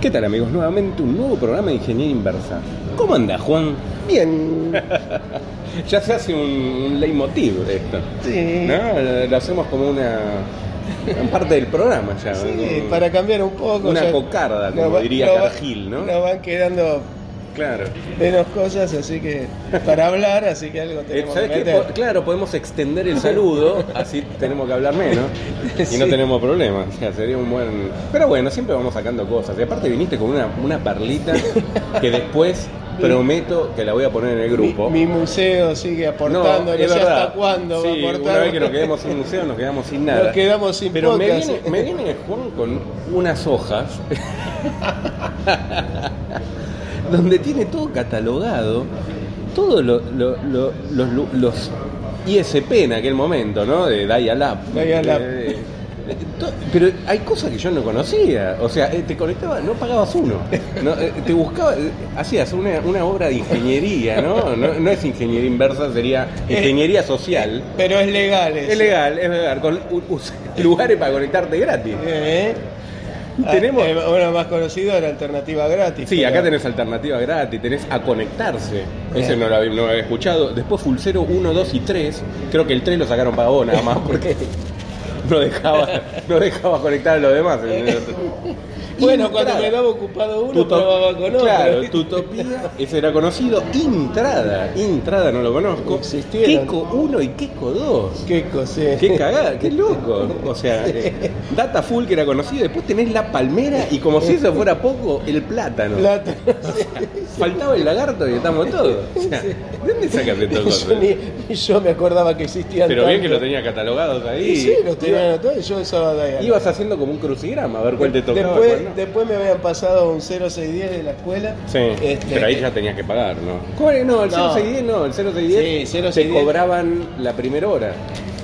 ¿Qué tal amigos? Nuevamente un nuevo programa de Ingeniería Inversa. ¿Cómo anda Juan? Bien. Ya se hace un, un leitmotiv esto. Sí. ¿No? Lo hacemos como una, una parte del programa ya. Sí, Como- para cambiar un poco. Una ya- cocarda, como va- diría va- Cargill, ¿no? Nos van quedando Claro. menos cosas, así que para hablar, así que algo Eh, tenemos que ¿Sabes qué? meter. Po- Claro, podemos extender el saludo, así tenemos que hablar menos y no Sí. tenemos problemas. O sea, sería un buen. Pero bueno, siempre vamos sacando cosas. Y aparte viniste con una, una perlita que después prometo que la voy a poner en el Mi, grupo. mi museo sigue aportando, no, es sé verdad. hasta cuándo Sí, va a aportar. Una vez que nos quedemos sin museo, nos quedamos sin nada. Nos quedamos sin Pero me podcast. viene, me viene Juan con unas hojas donde tiene todo catalogado, todos lo- lo- lo- los, lu- los ISP en aquel momento, ¿no? De Dial-Up. Dial-Up. Eh, eh, to- Pero hay cosas que yo no conocía, o sea, eh, te conectaba, no pagabas uno, No, eh, te buscaba, eh, hacías una, una obra de ingeniería, ¿no? ¿no? no es ingeniería inversa, sería ingeniería social. Pero es legal eso. Es legal, es legal, con u- u- lugares para conectarte gratis. Eh, ah, Tenemos- eh, bueno, más conocido era Alternativa Gratis. Sí, pero- acá tenés alternativa gratis, tenés a conectarse. Ese no lo, había, no lo había escuchado. Después Full 1, 2 y 3. Creo que el 3 lo sacaron para vos nada más porque no dejaba, no dejaba conectar a los demás. Bueno, Intra- cuando me daba ocupado uno, Tuto- probaba con otro. Claro, Tutopía, ese era conocido. Intrada, Intrada no lo conozco. Existieron. Keco 1 y Keco 2. Qué cosa. Qué cagada, qué loco. O sea, eh, Data Full que era conocido, después tenés la palmera y como si eso fuera poco, el plátano. Plata. Faltaba el lagarto y estamos todos. O sea, ¿De dónde sacaste todo Yo, eso? ni, ni yo me acordaba que existían Pero bien que lo tantos. tenía catalogado ahí. Sí, sí, lo tenía anotado y yo usaba Dial. Ibas haciendo como un crucigrama a ver cuál te tocaba. después, cuál no. después me habían pasado un 0610 de la escuela. Sí, Este, pero ahí ya tenías que pagar, ¿no? No, el No. 0610 no, el 0610 Sí, 0610. te cobraban la primera hora,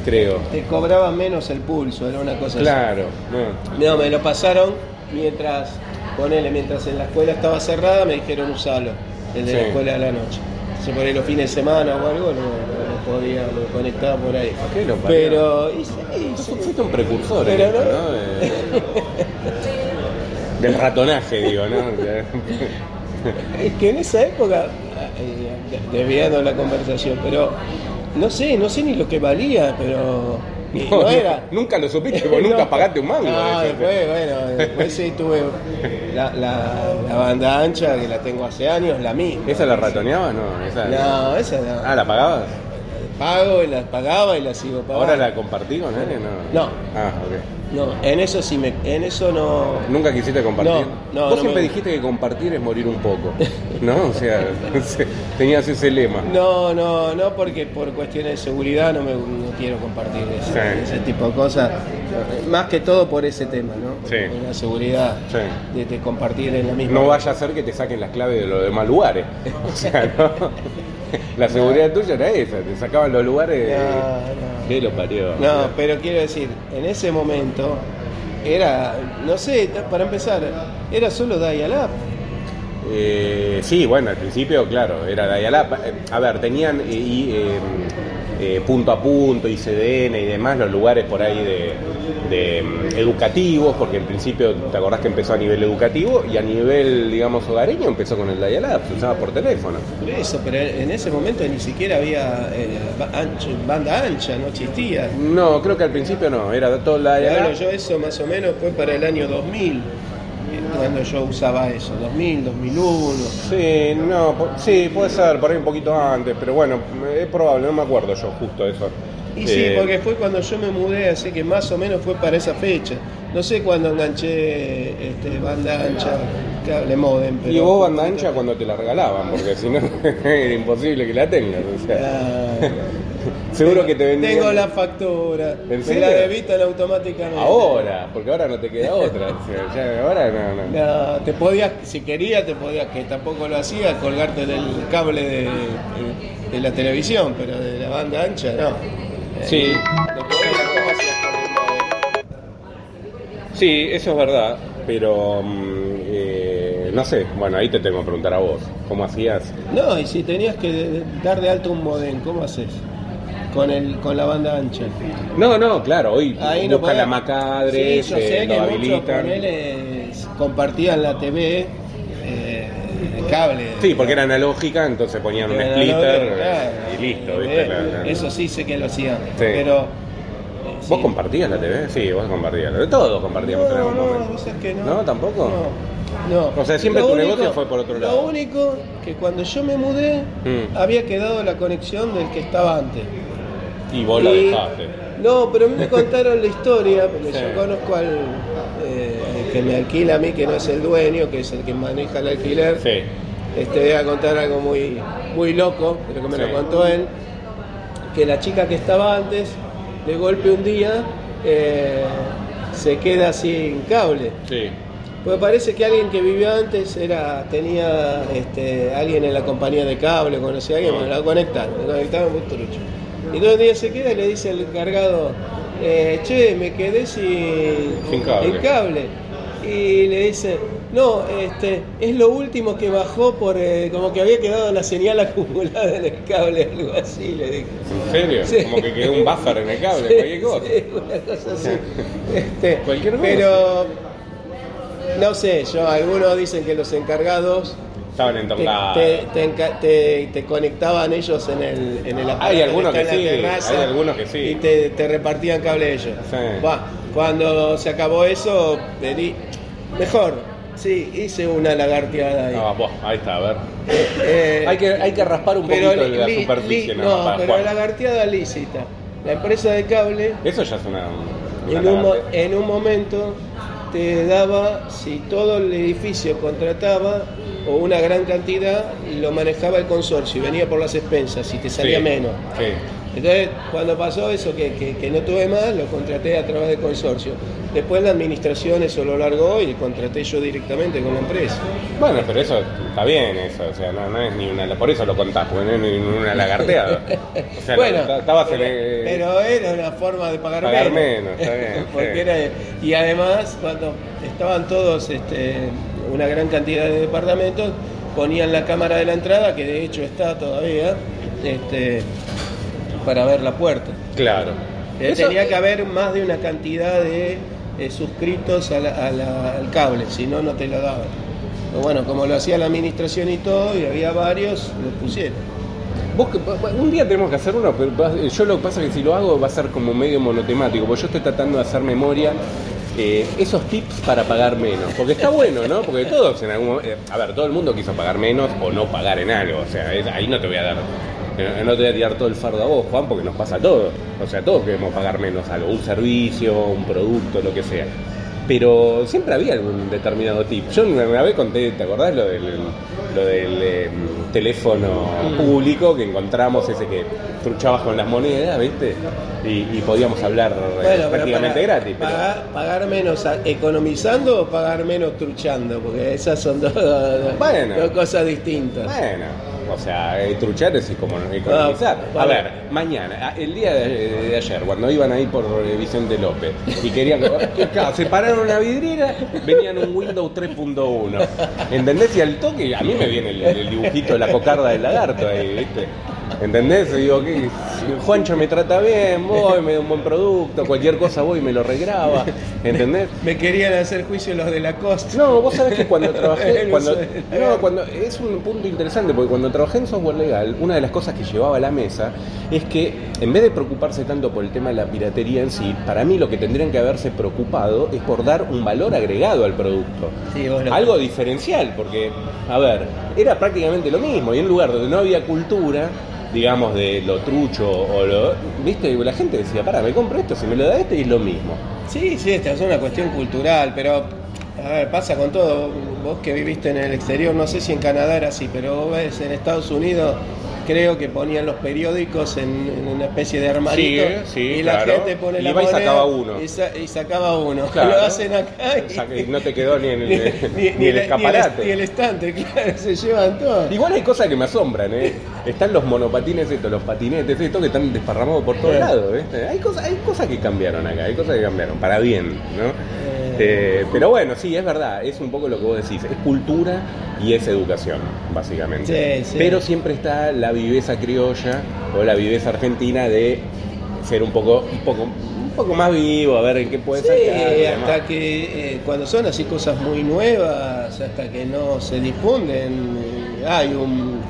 creo. Te cobraban menos el pulso, era una cosa Claro, no. así. No, me lo pasaron mientras, ponele, mientras en la escuela estaba cerrada, me dijeron usarlo, el de la Sí. escuela de la noche. Se por ahí los fines de semana o algo, no, no podía, me conectaba por ahí. ¿Qué lo parió? pero, y sí, y Entonces sí. Fuiste un precursor, en Pero esto, no- ¿no? De- del ratonaje, digo, ¿no? Es que en esa época, eh, desviando la conversación, pero no sé, no sé ni lo que valía, pero y no, era. Nunca lo supiste, porque nunca No. pagaste un mango. No, de eso. después, bueno, después sí tuve la, la- la banda ancha que la tengo hace años, la misma. ¿Esa la ratoneabas? No, esa. No, esa no. Ah, ¿la pagabas? Pago y la pagaba y la sigo pagando. ¿Ahora la compartí con él? No. No. Ah, ok. No, en eso sí me, en eso no. ¿Nunca quisiste compartir? No, no, Vos no siempre me- dijiste que compartir es morir un poco, ¿no? O sea, tenías ese lema. No, no, no, porque por cuestiones de seguridad no me no quiero compartir ese, Sí. ese tipo de cosas. Más que todo por ese tema, ¿no? Sí. Por la seguridad Sí. de, de compartir en la misma. No vaya a ser que te saquen las claves de los demás lugares. O sea, no. La seguridad tuya era esa, te sacaban los lugares. de- No, ¿Qué lo parió? no. No, pero quiero decir, en ese momento era, no sé, ta- para empezar, era solo dial up. Eh, sí, bueno, al principio, claro, era Dial-Up. Eh, A ver, tenían eh, y, eh, eh, punto a punto, ICDN y demás, los lugares por ahí de, de, mm, educativos, porque en principio, ¿te acordás que empezó a nivel educativo? Y a nivel, digamos, hogareño empezó con el Dial-Up, se usaba por teléfono. Por eso, pero en ese momento ni siquiera había eh, ba- ancho- banda ancha, no existía. No, creo que al principio no, era todo Claro, Dial-Up. yo eso más o menos fue para el año 2000, eh, cuando yo usaba eso, 2000, 2001. Sí, no, po- sí, puede ser, por ahí un poquito antes, pero bueno, es probable, no me acuerdo yo justo eso. Y sí, Eh, porque fue cuando yo me mudé, así que más o menos fue para esa fecha. No sé cuándo enganché este, banda ancha, cable modem. Pero Y vos banda ancha cuando te la regalaban, porque si no era imposible que la tengas. o sea. Ah, seguro que te vendían Tengo la factura. me serio? la debitan automáticamente. ahora, porque ahora no te queda otra. o sea, ya ahora no, no. No, te podías, si querías, te podías, que tampoco lo hacía, colgarte del cable de, de la televisión, pero de la banda ancha, no. Sí. Lo podías, ¿cómo hacías con el móvil? Sí, eso es verdad, pero mm, eh, no sé. Bueno, ahí te tengo que preguntar a vos, ¿cómo hacías? No, y si tenías que dar de alto un modem, ¿cómo haces? Con, el, con la banda ancha. No, no, claro, hoy Ahí no buscan podés. la MAC adres, Sí, yo eh, sé lo que muchos habilitan. ponele, compartían la TV eh, en cable. Sí, porque era analógica, entonces ponían un Era splitter analógica, eh, claro. y listo. Eh, ¿viste? La- la- Eso sí sé que lo hacían. Pero. eh, ¿Vos sí. compartías la TV? Sí, vos compartías. De todo compartíamos en No, algún no, momento. vos sabés que no. ¿No? ¿Tampoco? No, no. O sea, siempre Lo tu negocio fue por otro lado. Lo único que cuando yo me mudé Mm. había quedado la conexión del que estaba antes. Y vos la Y- dejaste. No, pero a mí me contaron la historia, porque Sí. yo conozco al eh, el que me alquila a mí, que no es el dueño, que es el que maneja el alquiler. Sí. Este, voy a contar algo muy, muy loco, pero que me Sí. lo contó él, que la chica que estaba antes, de golpe un día, eh, se queda sin cable. Sí. Pues parece que alguien que vivió antes era tenía este, alguien en la compañía de cable, conocía a alguien, bueno, la conectaron, la conectaron muy trucho. Y todo el día se queda y le dice el encargado, eh, che, me quedé sin, Sin cable. el cable. Y le dice, no, este, es lo último que bajó por eh, como que había quedado la señal acumulada en el cable, algo así, le dije. ¿En serio? Sí. Como que quedó un buffer en el cable, Sí, cualquier cosa. sí, una cosa así. Este, Cualquier cosa. Pero no sé, yo algunos dicen que los encargados Estaban te, entornados. te- te enca- te- te conectaban ellos en el en el aparato algunos está en que la sí, terraza hay algunos que sí. Y te, te repartían cable ellos. Sí. Va, cuando se acabó eso, pedí mejor. Sí, hice una lagarteada ahí. Ah, vos, ahí está, a ver. Eh, Hay que, hay que raspar un pero poquito li- la li- superficie li- nada más no, para pero la jugar. lagarteada lícita. La empresa de cable Eso ya es una. una en un, mo- lagartija. en un momento te daba, si todo el edificio contrataba o una gran cantidad, lo manejaba el consorcio y venía por las expensas y te salía Sí, menos. Sí. Entonces, cuando pasó eso, que, que- que no tuve más, lo contraté a través del consorcio. Después la administración eso lo largó y lo contraté yo directamente con la empresa. Bueno, pero eso está bien, eso. O sea, no, no es ni una. Por eso lo contás, porque no es ni una lagarteada. O sea, bueno, no, estabas en pero, el- pero era una forma de pagar, Pagar menos, está bien, Porque sí. era- y además, cuando estaban todos, este, una gran cantidad de departamentos, ponían la cámara de la entrada, que de hecho está todavía, este, para ver la puerta. Claro. Eh, Eso- Tenía que haber más de una cantidad de eh, suscritos a la- a la- al cable, si no, no te lo daban. Pero bueno, como lo hacía la administración y todo, y había varios, los pusieron. Vos que- va- va- un día tenemos que hacer uno, pero va- eh, yo lo que pasa es que si lo hago va a ser como medio monotemático, porque yo estoy tratando de hacer memoria. eh, esos tips para pagar menos, porque está bueno, ¿no? Porque todos en algún momento, a ver, todo el mundo quiso pagar menos o no pagar en algo, o sea, es- ahí no te voy a dar, eh, no te voy a tirar todo el fardo a vos, Juan, porque nos pasa a todos, o sea, todos queremos pagar menos algo, un servicio, un producto, lo que sea, pero siempre había algún determinado tip. Yo una vez conté, ¿te acordás lo del, lo del eh, teléfono público que encontramos, ese que truchabas con las monedas, viste? Y, y podíamos hablar eh, Bueno, pero prácticamente para- gratis. pero- Pagar, pagar menos a- economizando o pagar menos truchando, porque esas son dos, dos- Bueno. dos cosas distintas. Bueno, o sea, eh, truchar es como economizar. No, a vale. ver, mañana, a- el día de, de ayer, cuando iban ahí por eh, Vicente López y querían. claro, se pararon la vidriera, venían un Windows 3.1. ¿Entendés? Y al toque, a mí me viene el, el dibujito de la cocarda del lagarto ahí, ¿viste? ¿Entendés? Y digo, ¿qué? Juancho me trata bien, voy, me da un buen producto, cualquier cosa voy y me lo regraba. ¿Entendés? Me querían hacer juicio los de la costa. No, vos sabés que cuando trabajé, No cuando, sé. no, cuando es un punto interesante porque cuando trabajé en software legal, una de las cosas que llevaba a la mesa es que en vez de preocuparse tanto por el tema de la piratería en sí, para mí lo que tendrían que haberse preocupado es por dar un valor agregado al producto. Sí, vos lo- Algo diferencial, porque, a ver, era prácticamente lo mismo. Y en un lugar donde no había cultura, digamos, de lo trucho o lo. ¿Viste? La gente decía, para, me compro esto, si me lo da este, y es lo mismo. Sí, sí, esta es una cuestión cultural, pero a ver, pasa con todo. Vos que viviste en el exterior, no sé si en Canadá era así, pero vos ves en Estados Unidos creo que ponían los periódicos en, en una especie de armarito Sí, sí, y claro. la gente pone Y la iba y moneda sacaba uno. y, sa- y sacaba uno Claro. lo hacen acá y, Saca- y no te quedó ni en el, ni en el la- escaparate. ni el estante claro se llevan todo Igual hay cosas que me asombran, ¿eh? Están los monopatines estos, los patinetes estos que están desparramados por todos Sí. lados, ¿viste? Hay cosas, hay cosas que cambiaron acá, hay cosas que cambiaron, para bien, ¿no? Eh, pero bueno, sí, es verdad, es un poco lo que vos decís, es cultura y es educación, básicamente. Sí, sí. Pero siempre está la viveza criolla o la viveza argentina de ser un poco, un poco, un poco más vivo, a ver en qué puede Sí, sacar. y demás. hasta que eh, cuando son así cosas muy nuevas, hasta que no se difunden, eh, hay un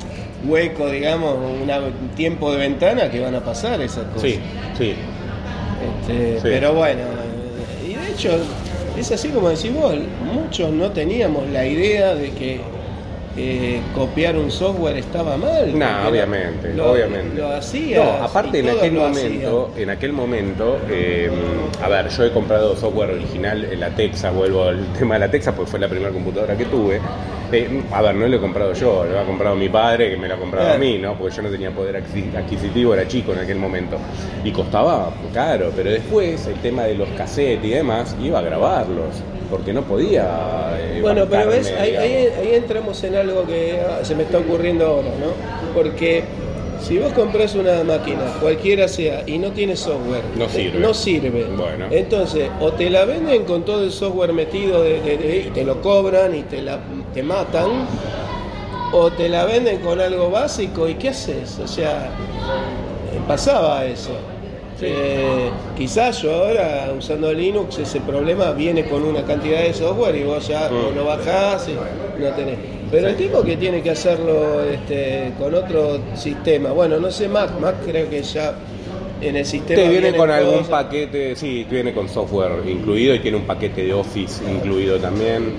hueco, digamos, una- un tiempo de ventana que van a pasar esas cosas. Sí, sí. Este, Sí. Pero bueno, eh, y de hecho, es así como decís vos, muchos no teníamos la idea de que eh, copiar un software estaba mal. No, porque obviamente, lo- obviamente. Lo hacía. No, aparte en aquel momento, en aquel momento, eh, a ver, yo he comprado software original en la Texas, vuelvo al tema de la Texas, porque fue la primera computadora que tuve. Eh, a ver, no lo he comprado yo, lo ha comprado mi padre, que me lo ha comprado a Claro. mí, ¿no? Porque yo no tenía poder adquis- adquisitivo, era chico en aquel momento. Y costaba caro, pero después el tema de los cassettes y demás, iba a grabarlos, porque no podía. eh, Bueno, pero bancarme, ves, ahí, ahí- digamos. ahí entramos en algo que ah, se me está ocurriendo ahora, ¿no? Porque si vos compras una máquina, cualquiera sea, y no tiene software, No eh, sirve. no sirve. Bueno. Entonces, o te la venden con todo el software metido de- de- de- y te lo cobran y te, la, te matan, o te la venden con algo básico y ¿qué haces? O sea, eh, pasaba eso. Eh, quizás yo ahora usando Linux ese problema viene con una cantidad de software y vos ya Mm. o lo bajás y no tenés. Pero el tipo que tiene que hacerlo este, con otro sistema, bueno, no sé Mac, Mac creo que ya en el sistema... Te viene con algún paquete paquete, sí, viene con software incluido y tiene un paquete de Office incluido también.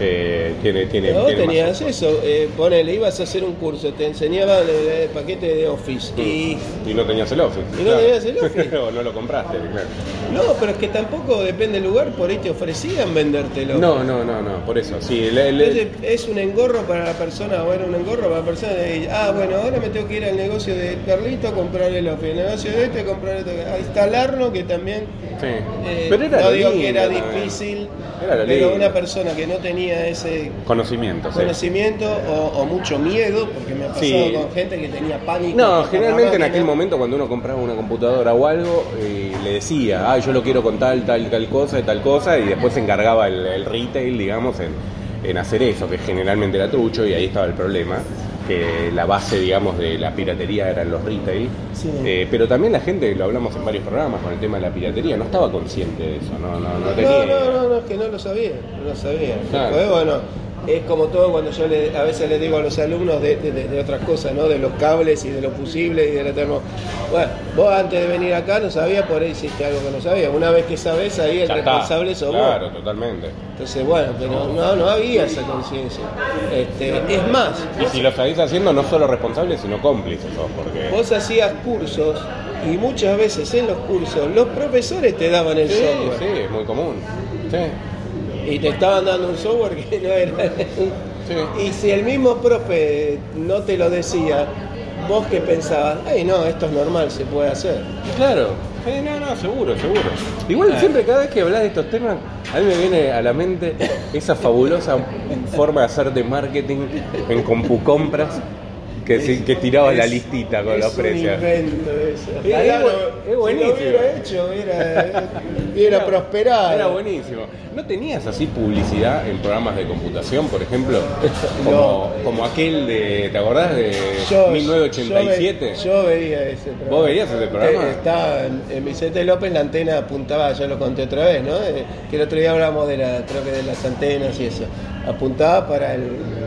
Eh, tiene, tiene, Pero vos tiene más tenías software. eso, eh, ponele, ibas a hacer un curso, te enseñaban el, eh, paquete de Office y Y no tenías el Office. Y no tenías el Office. o no lo compraste, claro. No, pero es que tampoco depende del lugar, por ahí te ofrecían vendértelo. No, no, no, no, por eso. Sí, el- el- Entonces es un engorro para la persona, bueno, un engorro para la persona. de, ah, bueno, ahora me tengo que ir al negocio de Carlito a comprar el Office, el negocio de este a comprar el otro, a instalarlo, que también. sí. eh, Pero era no lo digo que lindo era también. difícil, Era lo pero lindo. una persona que no tenía ese eh. Conocimiento, sí. conocimiento o, o mucho miedo, porque me ha pasado Sí. con gente que tenía pánico. con No, la generalmente en máquina. aquel momento cuando uno compraba una computadora o algo, eh, le decía, ah, yo lo quiero con tal, tal, tal cosa, y tal cosa, y después se encargaba el, el retail, digamos, en, en hacer eso, que generalmente era trucho, y ahí estaba el problema, que la base, digamos, de la piratería eran los retail. Sí. Eh, pero también la gente, lo hablamos en varios programas con el tema de la piratería, no estaba consciente de eso, no, no, no tenía... No, no, no, no, es que no lo sabía, no lo sabía. Claro. Porque, bueno, es como todo cuando yo le- a veces le digo a los alumnos de, de- de- de otras cosas, ¿no? De los cables y de los fusibles y de la termo. Bueno, vos antes de venir acá no sabías, por ahí hiciste algo que no sabías. Una vez que sabés, ahí el Ya está. responsable sos vos. Claro, totalmente. Entonces, bueno, pero no, no había esa conciencia. Este, es más, Y si lo estáis haciendo, no solo responsables, sino cómplices, sos, porque... Vos hacías cursos y muchas veces en los cursos los profesores te daban el Sí, software. sí, es muy común. Sí. Y te estaban dando un software que no era. Sí. Y si el mismo profe no te lo decía, vos que pensabas, ay no, esto es normal, se puede hacer. Claro, Eh, no, no, seguro, seguro. Ah. Igual siempre cada vez que hablas de estos temas, a mí me viene a la mente esa fabulosa forma de hacer de marketing en CompuCompras que, Es- si- que tiraba la es- listita con es los un precios. invento eso. Es- Ojalá es lo- bu- es si lo buenísimo. hubiera hecho, hubiera, hubiera prosperado. Era buenísimo. ¿No tenías así publicidad en programas de computación, por ejemplo? Como, como aquel de, ¿te acordás de Yo- 1987? Yo, ve- yo veía ese programa. ¿Vos veías ese programa? Eh, Estaba en, en Vicente López, la antena apuntaba, ya lo conté otra vez, ¿no? Eh, que el otro día hablamos de la, creo que de las antenas y eso. Apuntaba para el,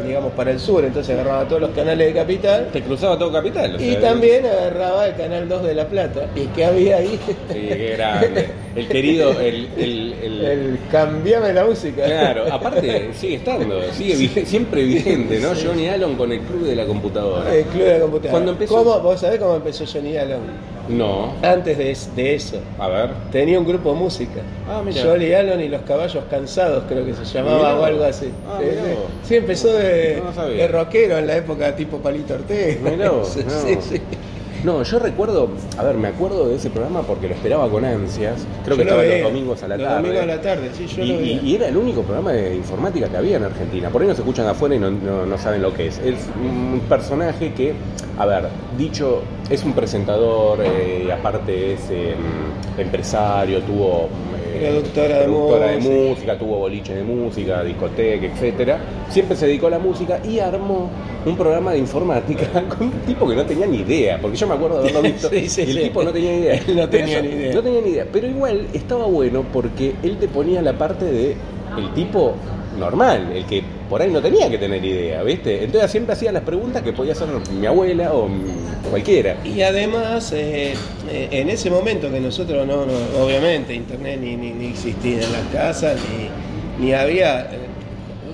digamos, para el sur, entonces agarraba todos los canales de capital. Te cruzaba todo capital. o Y sea, también agarraba el canal 2 de La Plata. ¿Y qué había ahí? Sí, qué grande. El querido, el- el- el- El cambiame la música. Claro, aparte sigue estando, sigue vige- siempre vigente, ¿no? Johnny Allen con el club de la computadora. El club de la computadora. Cuando empezó- ¿Cómo? ¿Vos sabés cómo empezó Johnny Allen? No, Antes de es- de eso. a ver. Tenía un grupo de música. Ah, mira. Jolly Allen y los caballos cansados, creo que se llamaba Mirá vos. o algo así. Ah, Sí, mirá sí. vos. Sí, empezó de, No sabía. de rockero en la época tipo Palito Ortega. Mirá vos, Sí, no. sí, sí. No, yo recuerdo, a ver, me acuerdo de ese programa porque lo esperaba con ansias. Creo que Yo lo estaba los veía. domingos a la Los tarde. domingos a la tarde, sí, yo Y, lo y- veía. y era el único programa de informática que había en Argentina. Por ahí nos escuchan afuera y no, no- no saben lo que es. Es un personaje que, a ver, dicho, es un presentador, eh, y aparte es eh, empresario, tuvo... eh, Productora de productora de música. música, tuvo boliche de música, discoteca, etcétera. Siempre se dedicó a la música y armó un programa de informática con un tipo que no tenía ni idea, porque yo me acuerdo de haberlo visto Sí, sí, y el sí. tipo no tenía ni idea. No Pero tenía eso- ni idea. No tenía ni idea, pero igual estaba bueno porque él te ponía la parte de el tipo normal, el que por ahí no tenía que tener idea, ¿viste? Entonces siempre hacía las preguntas que podía hacer mi abuela o mm, cualquiera. Y además, eh, eh, en ese momento que nosotros no, no- obviamente, internet ni, ni, ni existía en las casas, ni, ni había, eh,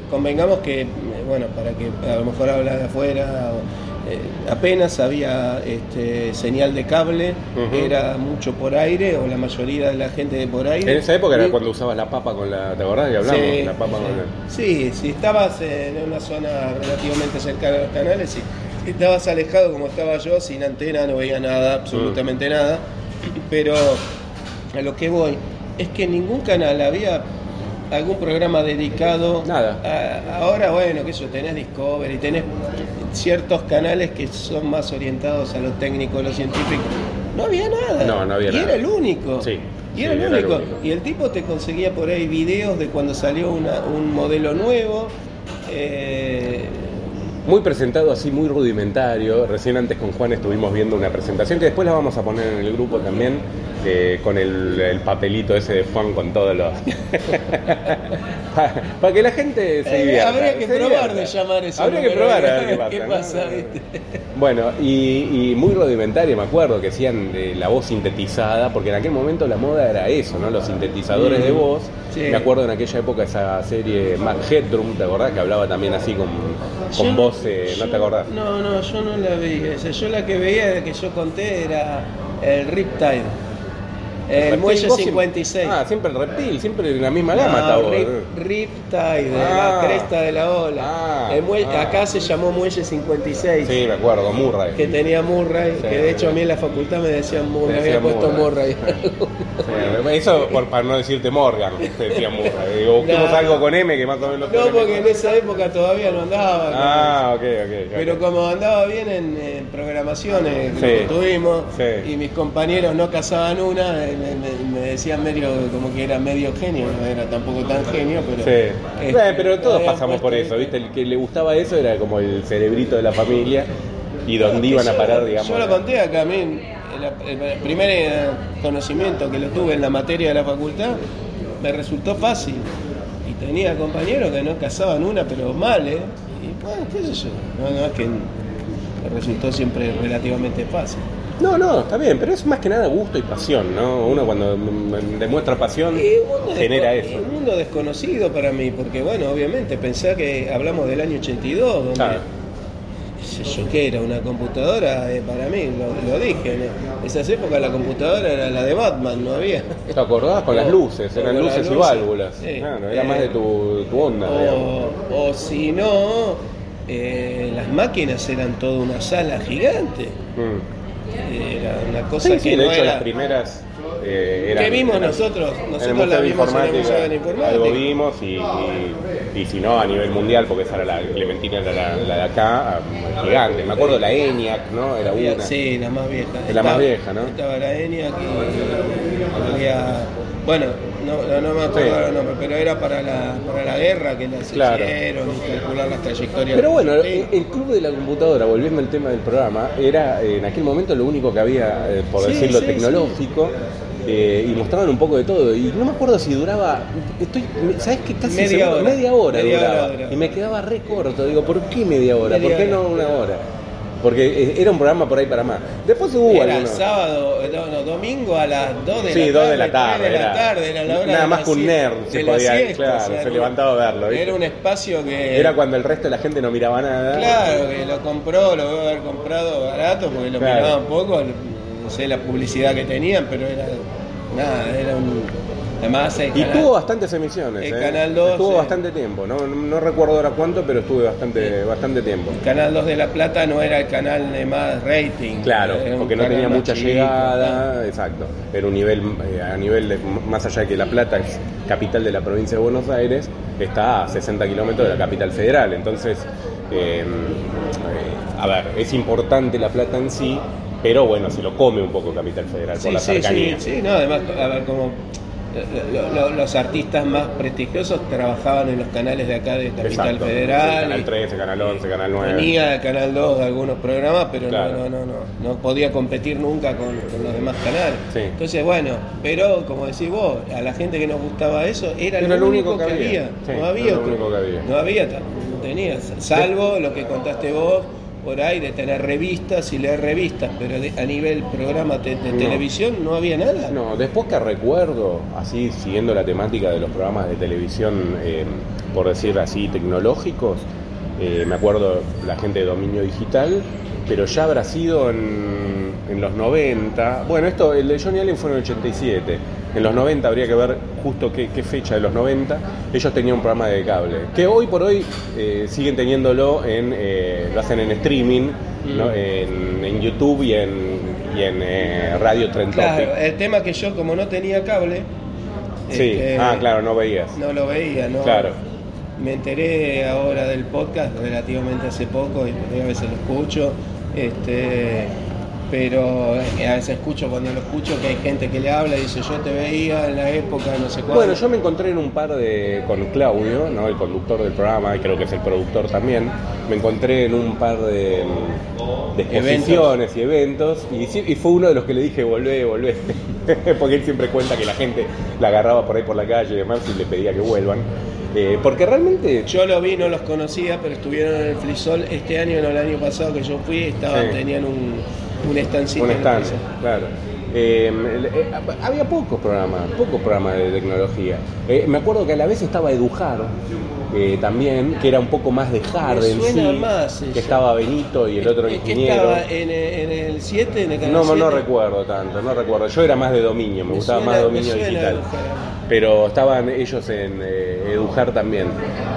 convengamos que, eh, bueno, para que a lo mejor hablas de afuera, o, eh, apenas había este, señal de cable, Ujú. era mucho por aire, o la mayoría de la gente de por aire. En esa época era Y- cuando usabas la papa con la. ¿Te acordás que hablamos? Sí, la papa con la. sí. Sí, si estabas en una zona relativamente cercana a los canales, sí. si estabas alejado como estaba yo, sin antena, no veía nada, absolutamente Mm. nada. Pero a lo que voy es que en ningún canal había algún programa dedicado Nada. a- ahora bueno que eso tenés Discovery tenés ciertos canales que son más orientados a lo técnico a lo científico no había nada No, no había y nada. era el único Sí, y sí, era, el, era el único. único. Y el tipo te conseguía por ahí videos de cuando salió una- un modelo nuevo. eh, Muy presentado así, muy rudimentario. Recién antes con Juan estuvimos viendo una presentación que después la vamos a poner en el grupo también, eh, con el, el papelito ese de Juan con todos los... Para que la gente se Eh, divierta. habría que se probar divierta. de llamar eso. Habría que número, probar a ver qué pasa. ¿no? viste. Bueno, y, y muy rudimentaria, me acuerdo, que hacían eh, la voz sintetizada, porque en aquel momento la moda era eso, ¿no? Los sintetizadores de Mm. voz. Sí. Me acuerdo en aquella época esa serie Mac Headroom, ¿te acordás? Que hablaba también así con, con Yo- voz, eh, ¿no yo- te acordás? No, no, yo no la veía. esa. yo la que veía, que yo conté, era el Riptide. El Reptil, Muelle vos siempre- 56. Ah, siempre el reptil, siempre en la misma lama está vos. Ah, eh. Rip, Riptide, Ah. la cresta de la ola. Ah, El muelle- ah. Acá se llamó Muelle 56. Sí, me acuerdo, Murray. que tenía Murray, Sí, que de hecho sí. a mí en la facultad me decían Murray, Te decía había puesto Murray. Murray. Sí, Eso por, para no decirte Morgan, te decía Murray. Digo, busquemos No. algo con M que más o menos... no, porque en tenemos. esa época todavía no andaba. ¿no? Ah, ok, ok. ok. Pero como andaba bien en, eh, programaciones, Sí. que tuvimos, Sí. y mis compañeros no cazaban una, eh, me, me- me decían medio como que era medio genio, no era tampoco tan genio, pero... Sí. este, Eh, pero todos habían pasamos por puesto, este, eso, ¿viste? El que le gustaba eso era como el cerebrito de la familia y donde iban a Este, Yo- parar, digamos. Yo lo conté acá, a mí, el, el primer eh, conocimiento que lo tuve en la materia de la facultad me resultó fácil. Y tenía compañeros que no cazaban una, pero mal, ¿eh? Y bueno, qué sé yo. No, no, es que me resultó siempre relativamente fácil. No, no, está bien, pero es más que nada gusto y pasión, ¿no? Uno cuando mm, mm, demuestra pasión Y Eh, un mundo genera desco- eso. Un mundo desconocido para mí, porque bueno, obviamente pensá que hablamos del año 82, donde Claro. qué sé yo que era una computadora, eh, para mí, lo, lo dije, en esas épocas la computadora era la de Batman, no había. ¿Te acordás? Con las O- luces, o eran con las luces y luces. válvulas. Sí. Oh. Claro, era Eh, más de tu, tu onda, digamos. O, o si no, eh, las máquinas eran toda una sala gigante. Mm. Era una cosa Sí, que sí, de no hecho era- las primeras eh, que eran... vimos eran- nosotros, en el nosotros Museo la de vimos en el Museo de la Informática, Informática. algo vimos y, y- y si no a nivel mundial, porque esa era la Clementina, era la, la de acá, ah, gigante. Me acuerdo la ENIAC, ¿no? Era Había- una. Sí, la más vieja. Es la más vieja, ¿no? Estaba la ENIAC y había... Bueno, no, no, no me Sí. acuerdo ahora el nombre, pero era para la, para la guerra que las Claro. hicieron y calcular las trayectorias. Pero bueno, eh, el, argentinas. el club de la computadora, volviendo al tema del programa, era eh, en aquel momento lo único que había, eh, por Sí, decirlo, sí, tecnológico. eh, y mostraban un poco de todo. Y no me acuerdo si duraba. Estoy, me- ¿Sabes qué? Casi Media seguro- hora. media hora Media hora duraba. duraba. Y me quedaba re corto. Digo, ¿por qué media hora? Media ¿Por qué hora. no una hora? Porque eh, era un programa por ahí para más. Después hubo era algunos. sábado, no, no, domingo a las 2 de la tarde. Sí, 2 de la tarde. 3 de la era. tarde, era la hora Nada de más la que un sie- nerd se de la podía. siesta, claro, o sea, se era- levantaba a verlo. ¿viste? Era un espacio que... Era cuando el resto de la gente no miraba nada. Claro, que lo compró, lo debe haber comprado barato porque lo Claro. miraban poco, no sé la publicidad que tenían, pero era nada, era un. Además, el Y canal- tuvo bastantes emisiones. El ¿eh? Canal 12. Estuvo bastante tiempo, no, no, no recuerdo ahora cuánto, pero estuve bastante, bastante tiempo. el Canal 2 de La Plata no era el canal de más rating. Claro, era un porque no canal tenía más mucha chico, llegada, exacto. Era un nivel, eh, a nivel de- más allá de que La Plata es capital de la provincia de Buenos Aires, está a 60 kilómetros de la capital federal. Entonces, eh, eh, a ver, es importante La Plata en sí, pero bueno, se lo come un poco capital federal por tal. Sí, la sí, sí, cercanía. sí, no, además, a ver, como lo- lo- lo- los artistas más prestigiosos trabajaban en los canales de acá de Capital Exacto. Federal. Canal 13, Canal 11, Canal 9. Venía de Canal 2 de algunos programas, pero no- Claro. no, no, no, no, podía competir nunca con, con los demás canales. Sí. Entonces, bueno, pero como decís vos, a la gente que nos gustaba eso era, Era lo único que había. Sí, no era había lo otro. único que había. No había, ta- no tenías, salvo lo que contaste vos por ahí de tener revistas y leer revistas, pero de- a nivel programa te- de No. televisión no había nada. No, después que recuerdo, así siguiendo la temática de los programas de televisión, eh, por decir así, tecnológicos, eh, me acuerdo la gente de dominio digital, pero ya habrá sido en, en los 90, bueno, esto, el de Johnny Allen fue en el 87, en los 90 habría que ver justo qué, qué fecha de los 90, ellos tenían un programa de cable, que hoy por hoy eh, siguen teniéndolo en, eh, lo hacen en streaming, ¿no? en, en YouTube y en, y en eh, Radio Trend Topic. Claro, el tema que yo como no tenía cable, Sí, este, ah, claro, no veías. no lo veía, ¿no? Claro. Me enteré ahora del podcast relativamente hace poco y a veces lo escucho, este, pero eh, a veces escucho cuando lo escucho que hay gente que le habla y dice yo te veía en la época, no sé cuándo. Bueno, yo me encontré en un par de. con Claudio, ¿no? el conductor del programa, y creo que es el productor también. Me encontré en un par de, mm, de exposiciones y eventos, y, sí- y fue uno de los que le dije: volvé, volvé. porque él siempre cuenta que la gente la agarraba por ahí por la calle y demás y le pedía que vuelvan. Eh, porque realmente. Yo lo vi, no los conocía, pero estuvieron en el Frisol este año, no el año pasado que yo fui, estaban, Sí. tenían un, un estancito un en el stand, Frisol. claro. Eh, el- eh, había pocos programas, pocos programas de tecnología. Eh, me acuerdo que a la vez estaba Edujar eh, también, que era un poco más de hard Me en suena sí, más que eso. estaba Benito y el otro Es que ingeniero. estaba en, el- en el 7, en el canal No, no 7. recuerdo tanto, no recuerdo. Yo era más de dominio, me, Me gustaba suena- más me dominio suena digital. Edujar. Pero estaban ellos en eh, Edujar también.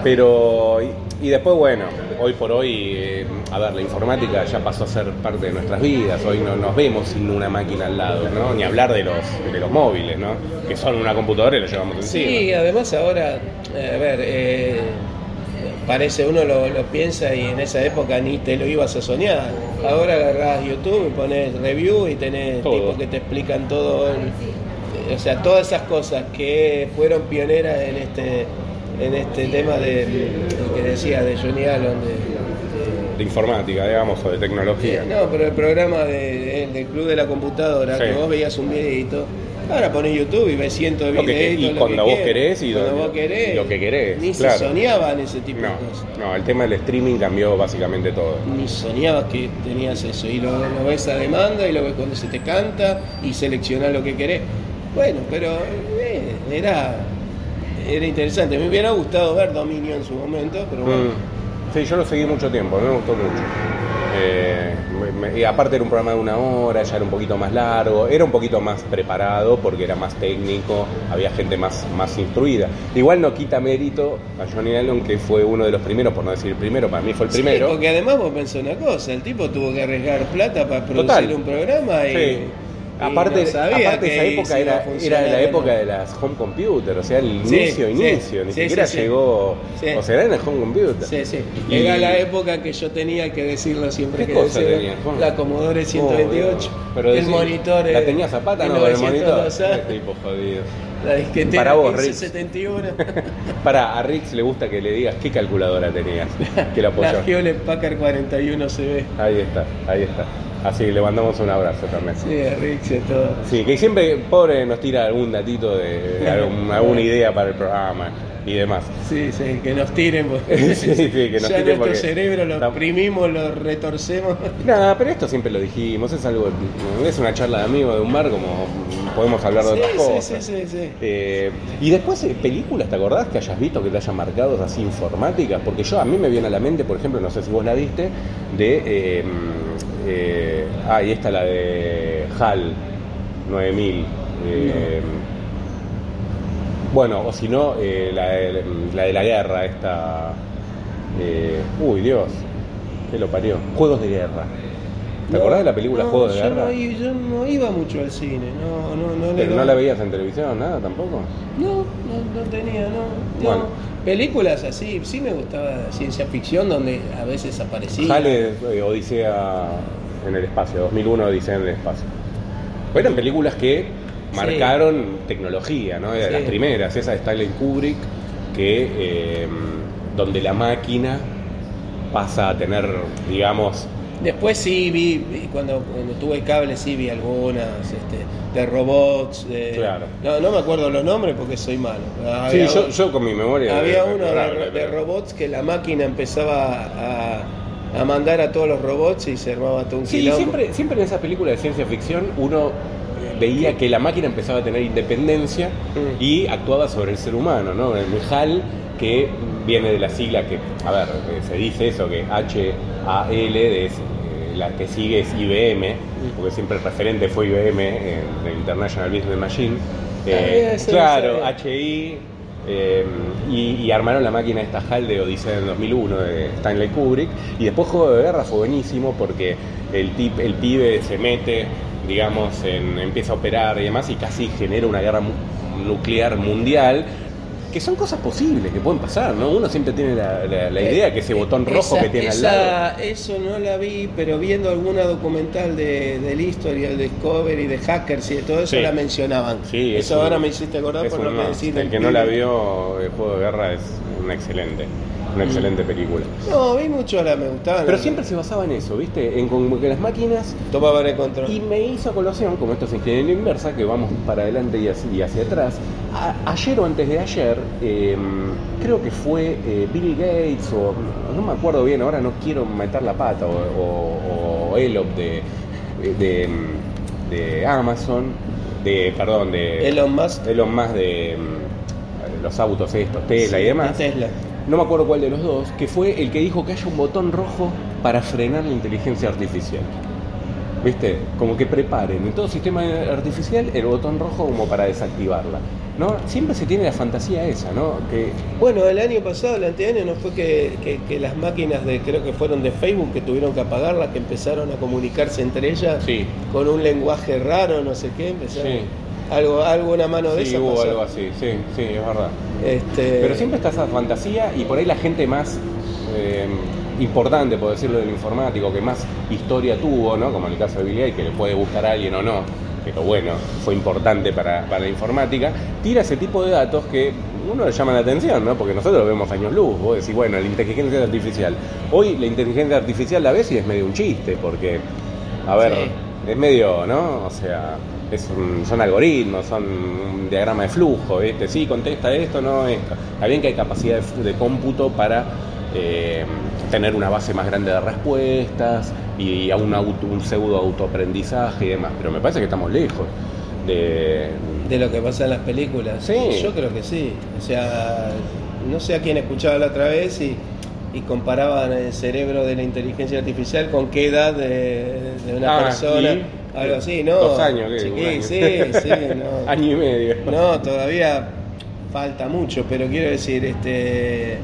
Pero, y, y después, bueno, hoy por hoy, eh, a ver, la informática ya pasó a ser parte de nuestras vidas. Hoy no nos vemos sin una máquina al lado, ¿no? Ni hablar de los, de los móviles, ¿no? Que son una computadora y lo llevamos Sí, encima. además ahora, eh, a ver, eh, parece uno lo, lo piensa y en esa época ni te lo ibas a soñar. Ahora agarrás YouTube y pones review y tenés Todo. tipos que te explican todo, el- eh, o sea, todas esas cosas que fueron pioneras en este en este tema de lo que decía de Johnny Allen de- de De informática, digamos, o de tecnología. no, pero el programa de- de- del Club de la Computadora, Sí. que vos veías un videito, ahora ponés YouTube y ves cientos de Lo que- videitos. y lo que cuando vos quieras, querés y cuando donde- vos querés. y lo que querés, Ni claro. se soñaban ese tipo de cosas. No, no, el tema del streaming cambió básicamente todo. Ni soñabas que tenías eso. Y lo, lo ves a demanda y lo ves cuando se te canta y seleccionás lo que querés. Bueno, pero eh, era, era interesante. Me hubiera gustado ver Dominio en su momento, pero bueno. Mm. Sí, yo lo seguí mucho tiempo, me gustó mucho. Eh, me- me- y aparte era un programa de una hora, ya era un poquito más largo, era un poquito más preparado porque era más técnico, había gente más, más instruida. Igual no quita mérito a Johnny Allen, que fue uno de los primeros, por no decir el primero, para mí fue el Sí, primero. porque además vos pensás una cosa, el tipo tuvo que arriesgar plata para producir Total. un programa y, Sí. y Aparte, no sabía aparte que esa época se iba a era, funcionar era la en- época de las home computer, o sea, el Sí, inicio, sí, inicio, ni sí, siquiera sí, sí. llegó, Sí. o sea, era en el home computer. Sí, sí. Y- Era la época que yo tenía que decirlo siempre ¿Qué que cosa decía, tenías, Juan? La Commodore 128, Oh, pero el decís, monitor. ¿La eh, tenía zapata? No, pero el monitor. 1912, Qué tipo jodido. La disquetera Para vos, 1571, Para, a Rix le gusta que le digas qué calculadora tenías. Que la apoyó. la Hewlett Packard 41 CB. Ahí está, ahí está. Así que le mandamos un abrazo también. Sí, a Rix y a todo. Sí, que siempre, pobre, nos tira algún datito de, de algún- alguna idea para el programa y demás. Sí, sí, que nos tiren. porque- Sí, sí, que nos ya tiren nuestro porque cerebro lo estamos- oprimimos, lo retorcemos. Nada, pero esto siempre lo dijimos, es algo, es una charla de amigos de un bar, como podemos hablar de Sí, otras sí, cosas. sí, sí, sí. Eh, y después, eh, películas, ¿te acordás que hayas visto que te hayan marcado así informáticas? Porque yo a mí me viene a la mente, por ejemplo, no sé si vos la viste, de. Eh, eh, ah, y esta, la de HAL 9000. eh, Bueno, o si no, eh, la, de- la de la guerra, esta. eh, uy, Dios, que lo parió. Juegos de guerra. ¿Te No, acordás de la película no, Juegos de yo Guerra? No, i- yo no iba mucho al cine, no, no, no le Pero no doy- la veías en televisión, nada tampoco. No, no, no tenía, no. no. Bueno. Películas así, sí me gustaba ciencia ficción donde a veces aparecía. Sale eh, Odisea en el espacio, 2001 Odisea en el espacio. Eran películas que marcaron tecnología, ¿no? Era de las Sí. primeras, esa de Stanley Kubrick, que eh, donde la máquina pasa a tener, digamos, Después sí vi, vi- cuando, cuando tuve cable sí vi algunas este, de robots. de- Claro. No, no me acuerdo los nombres porque soy malo. Había sí, yo, un- yo con mi memoria... Había de- uno de, recordable, de pero- robots que la máquina empezaba a, a mandar a todos los robots y se armaba todo un Sí, quilombo. siempre, siempre en esas películas de ciencia ficción uno eh, veía que la máquina empezaba a tener independencia Mm. y actuaba sobre el ser humano, ¿no? El HAL, que viene de la sigla que, a ver, eh, se dice eso, que H-A-L, es, eh, la que sigue es IBM, Mm. porque siempre el referente fue IBM, eh, de International Business Machine. Eh, Ah, eso no claro, sabía. HI. eh, y, y armaron la máquina esta HAL de Odisea en 2001 de Stanley Kubrick. Y después Juego de Guerra fue buenísimo porque el, tip, el pibe se mete, digamos, en- empieza a operar y demás y casi genera una guerra mu- nuclear mundial. Que son cosas posibles, que pueden pasar, ¿no? Uno siempre tiene la, la- la idea que ese botón rojo Eh, Esa- que tiene esa- al lado. Eso no la vi, pero viendo alguna documental de, del History, de Discovery, de Hackers y de todo eso Sí. la mencionaban. Sí, es eso un- ahora me hiciste acordar es por un- lo que no, decís del El que no la pibe. vio, el Juego de Guerra es una excelente, una Mm. excelente película. No, vi mucho la me gustaban. Pero la- siempre se basaba en eso, ¿viste? En como que las máquinas. tomaban el control. Y me hizo a colación, como esto es ingeniería inversa, que vamos para adelante y hacia, y hacia atrás. A- ayer o antes de ayer, eh, creo que fue eh, Bill Gates, o no me acuerdo bien, ahora no quiero meter la pata, o, o, o Elon de, de, de Amazon, de, perdón, de. Elon Musk. Elon Musk de mm, los autos estos, Tesla Sí, y demás Tesla. no me acuerdo cuál de los dos, que fue el que dijo que haya un botón rojo para frenar la inteligencia artificial. ¿Viste? Como que preparen en todo sistema artificial el botón rojo como para desactivarla. ¿No? Siempre se tiene la fantasía esa, ¿no? Que Bueno, el año pasado, el anteaño, no fue que, que- que las máquinas de, creo que fueron de Facebook, que tuvieron que apagarlas, que empezaron a comunicarse entre ellas Sí. con un lenguaje raro, no sé qué, empezaron. Sí. Algo, algo, una mano de sí esas hubo pasó. algo así, sí, sí, es verdad. Este, Pero siempre está esa fantasía y por ahí la gente más eh, importante, por decirlo, del informático, que más historia tuvo, ¿no? Como en el caso de Bill Gates, que le puede gustar a alguien o no, pero bueno, fue importante para, para la informática, tira ese tipo de datos que uno le llama la atención, ¿no? Porque nosotros lo vemos años luz, vos decís, bueno, la inteligencia artificial. Hoy la inteligencia artificial la ves y es medio un chiste, porque, a ver, Sí. es medio, ¿no? O sea, es un- son algoritmos, son un diagrama de flujo, ¿viste? Sí, contesta esto, no esto. Está bien que hay capacidad de, fu- de cómputo para eh, tener una base más grande de respuestas y a un, auto- un pseudo autoaprendizaje y demás, pero me parece que estamos lejos de... De lo que pasa en las películas. Sí. Yo creo que sí. O sea, no sé a quién escuchaba la otra vez y, y comparaban el cerebro de la inteligencia artificial con qué edad de, de una Ah, persona. ¿y? Algo así, ¿no? Dos años, ¿qué? Sí, Un año. sí, sí, no. Año y medio. No, todavía falta mucho, pero quiero decir, este,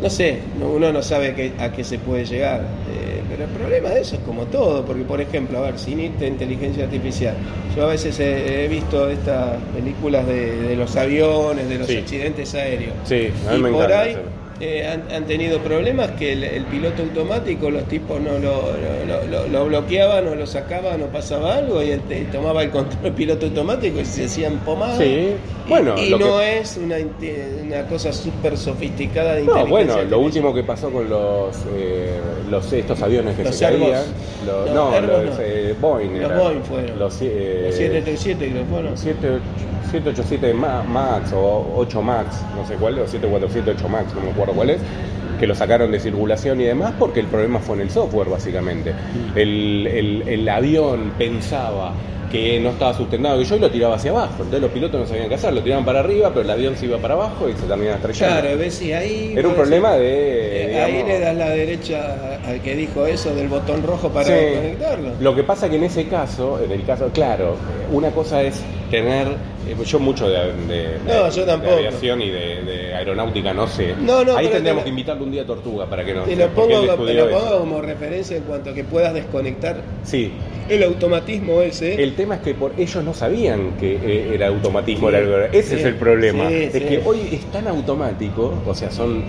no sé, no- uno no sabe qué- a qué se puede llegar. eh, pero el problema de eso es como todo, porque por ejemplo, a ver, sin irte a inteligencia artificial, yo a veces he, he visto estas películas de, de los aviones, de los Sí. accidentes aéreos. Sí, a mí y me por encanta ahí eso. eh, han, han tenido problemas que el, el piloto automático, los tipos no lo, lo- lo- lo bloqueaban o lo sacaban o pasaba algo y él te- tomaba el control del piloto automático y se hacían pomadas. Sí, Y- bueno, Y, lo no que- es una, inte- una cosa súper sofisticada de No, inteligencia. bueno, lo artificial. último que pasó con los, eh, los estos aviones que Los se Airbus. caían, lo- Los no, Airbus los no. eh, Boeing, Los eran. Boeing fueron. los, eh, Los 737 creo que fueron. 7, 787 Ma- Max o 8 Max, no sé cuál, o 747 8 Max, no me acuerdo cuál es, que lo sacaron de circulación y demás porque el problema fue en el software básicamente. Mm. El, el- el avión pensaba que no estaba sustentado que yo y lo tiraba hacia abajo, entonces los pilotos no sabían qué hacer, lo tiraban para arriba, pero el avión se iba para abajo y se terminaba estrellando. Claro, ves, y ahí... Era un puede ser- problema de... Eh, ahí digamos, le das la derecha al que dijo eso del botón rojo para Sí. conectarlo. Lo que pasa que en ese caso, en el caso, claro, una cosa es tener, eh, yo mucho de, de- No, de- yo de tampoco. aviación y de, de aeronáutica no sé. No, no, Ahí pero tendríamos te- que invitarle un día a Tortuga para que nos Te lo porque él pongo, te estudió lo eso. pongo como referencia en cuanto a que puedas desconectar Sí, el automatismo ese. el tema es que por ellos no sabían que eh, era automatismo Sí, el algoritmo. Ese sí, es el problema. sí, es sí. que hoy es tan automático, o sea, son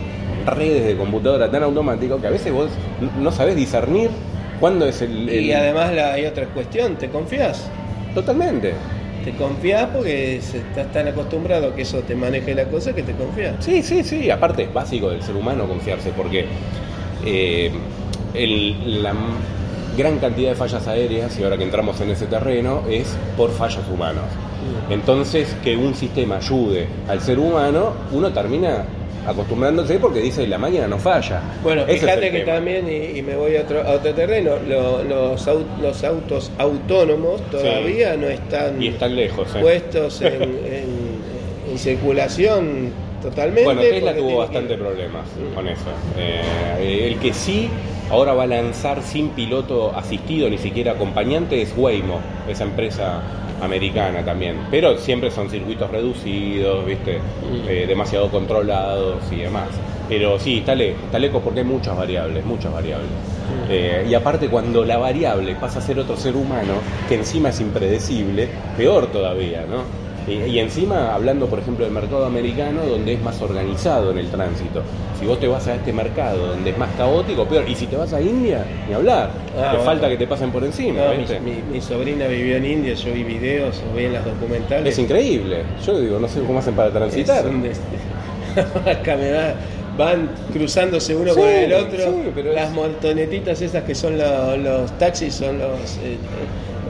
redes de computadora tan automático que a veces vos n- no sabés discernir cuándo es el... y el- además la, hay otra cuestión, ¿te confías? Totalmente. te confías porque se- estás tan acostumbrado que eso te maneje la cosa que te confías. Sí, sí, sí. Aparte es básico del ser humano confiarse porque eh, el- la m- gran cantidad de fallas aéreas, y ahora que entramos en ese terreno, es por fallos humanos. Entonces, que un sistema ayude al ser humano, uno termina acostumbrándose porque dice la máquina no falla. Bueno, Ese es el fíjate que tema. también, y, y me voy a otro, a otro terreno, lo- los, au- los autos autónomos todavía no están, Y están lejos. ¿eh? puestos en, en- en circulación totalmente. Bueno, Tesla porque tuvo tiene bastante que- problemas con eso. Eh, el que sí ahora va a lanzar sin piloto asistido, ni siquiera acompañante, es Waymo, esa empresa americana también. Pero siempre son circuitos reducidos, ¿viste? Eh, demasiado controlados y demás. Pero sí, está, le- está lejos porque hay muchas variables, muchas variables. Mm. Eh, y aparte cuando la variable pasa a ser otro ser humano, que encima es impredecible, peor todavía, ¿no? Y, y encima, hablando por ejemplo del mercado americano, donde es más organizado en el tránsito. Si vos te vas a este mercado donde es más caótico, peor. Y si te vas a India, ni hablar. Ah, te bueno. falta que te pasen por encima. No, mi, ¿viste? mi- mi sobrina vivió en India, yo vi videos, vi en las documentales. Es increíble. Yo digo, no sé cómo hacen para transitar. Es un des- Acá me da- Van cruzándose uno Sí, con el otro. sí, pero Las es- montonetitas esas que son lo- los taxis son los. eh,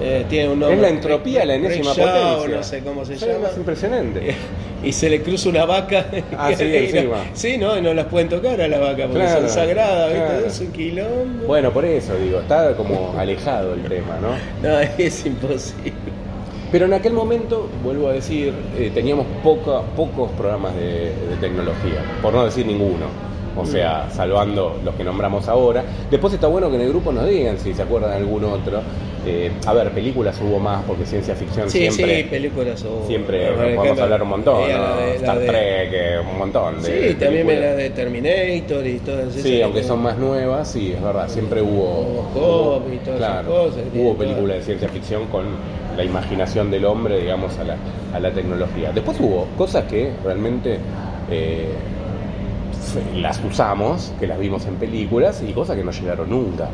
eh, tienen un nombre. es la entropía, la enésima Rickshaw, potencia. No sé cómo se Sí, llama. Es impresionante. Y se le cruza una vaca. Ah, sí, Y no- encima. sí, no, y no las pueden tocar a la vaca porque Claro, son sagradas, ¿viste? claro. Es un quilombo. Bueno, por eso digo, está como alejado el tema, ¿no? No, es imposible. Pero en aquel momento, vuelvo a decir, eh, teníamos poca- pocos programas de, de tecnología, por no decir ninguno. Mm. O sea, salvando los que nombramos ahora. Después está bueno que en el grupo nos digan si se acuerdan de algún otro. Eh, a ver, películas hubo más, porque ciencia ficción Sí, sí, siempre, películas. o- siempre por nos podemos ejemplo, hablar un montón. eh, la ¿no? de- la Star de- Trek, eh, un montón. Sí, De, de también me películas. la de Terminator y todas esas. Sí, aunque son más nuevas, sí, es verdad, siempre hubo. Robocop y todas esas claro, cosas que Hubo tienen películas de ciencia ficción con la imaginación del hombre, digamos, a la, a la tecnología. Después hubo cosas que realmente eh, f- las usamos, que las vimos en películas y cosas que no llegaron nunca.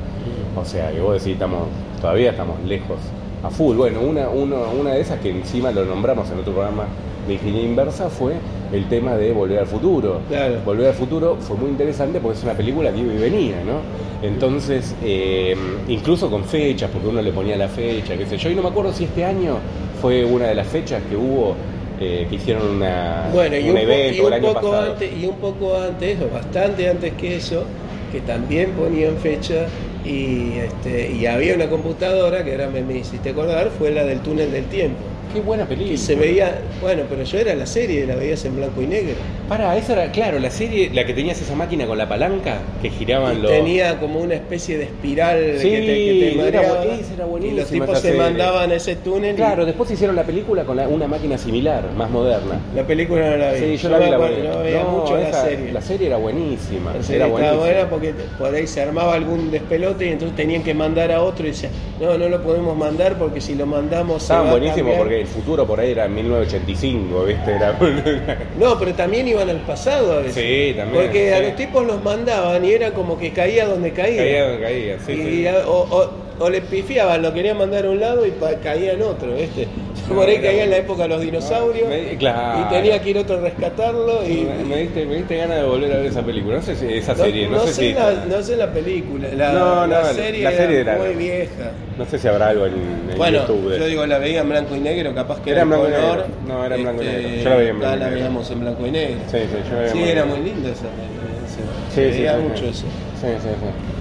O sea, que vos decís, estamos, todavía estamos lejos a full. Bueno, una, uno- una de esas que encima lo nombramos en otro programa de Ingeniería Inversa fue el tema de Volver al Futuro. Claro. Volver al Futuro fue muy interesante porque es una película que iba y venía, ¿no? Entonces, eh, incluso con fechas, porque uno le ponía la fecha, qué sé yo, y no me acuerdo si este año fue una de las fechas que hubo, eh, que hicieron una, Bueno, y un un, po- evento y un el año poco pasado. antes, y un poco antes, o bastante antes que eso, que también ponían fecha y, este, y había una computadora que ahora me, me hiciste acordar, fue la del túnel del tiempo. Qué buena película. Y se veía, bueno, pero yo era la serie, la veías en blanco y negro. Para, esa era, claro, la serie, la que tenías esa máquina con la palanca que giraban Y los. Tenía como una especie de espiral Sí, que te, que te era mareaba, buenísima, era y buenísima los tipos esa se serie. mandaban a ese túnel. y Claro, después hicieron la película con la- una máquina similar, más moderna. la película no la vi. Sí, yo la me vi la acuerdo, buena. no veía No, mucho la esa- serie. La serie era buenísima. Entonces, era estaba buenísima. buena porque por ahí se armaba algún despelote y entonces tenían que mandar a otro y decían, no, no lo podemos mandar porque si lo mandamos se va Estaban a buenísimos cambiar". porque el futuro por ahí era 1985, ¿viste? Era... No, pero también iban al pasado a veces. Sí, también, Porque a sí. los tipos los mandaban y era como que caía donde caía. caía donde caía, sí. y, sí. y a- o, o- o le pifiaban, lo querían mandar a un lado y pa- caía en otro, ¿viste? No, por ahí era caía en bueno. la época de los dinosaurios me- claro. y tenía que ir otro a rescatarlo y... Me, me diste, me diste ganas de volver a ver esa película. No sé si esa serie, no, sé, si. la, no sé la película, la, No, no, la la- serie, la serie era era- muy vieja. No sé si habrá algo en, en Bueno, YouTube. de- yo digo, la veía en blanco y negro, capaz que Era en el blanco y color, negro. No, era en blanco y negro. Yo la veía en acá blanco y la negro. veíamos en blanco y negro. Sí, sí, yo la veía Sí, en era blanco y muy negro. linda esa. película, sí. Sí, sí, Veía sí, mucho sí. eso. Sí, sí,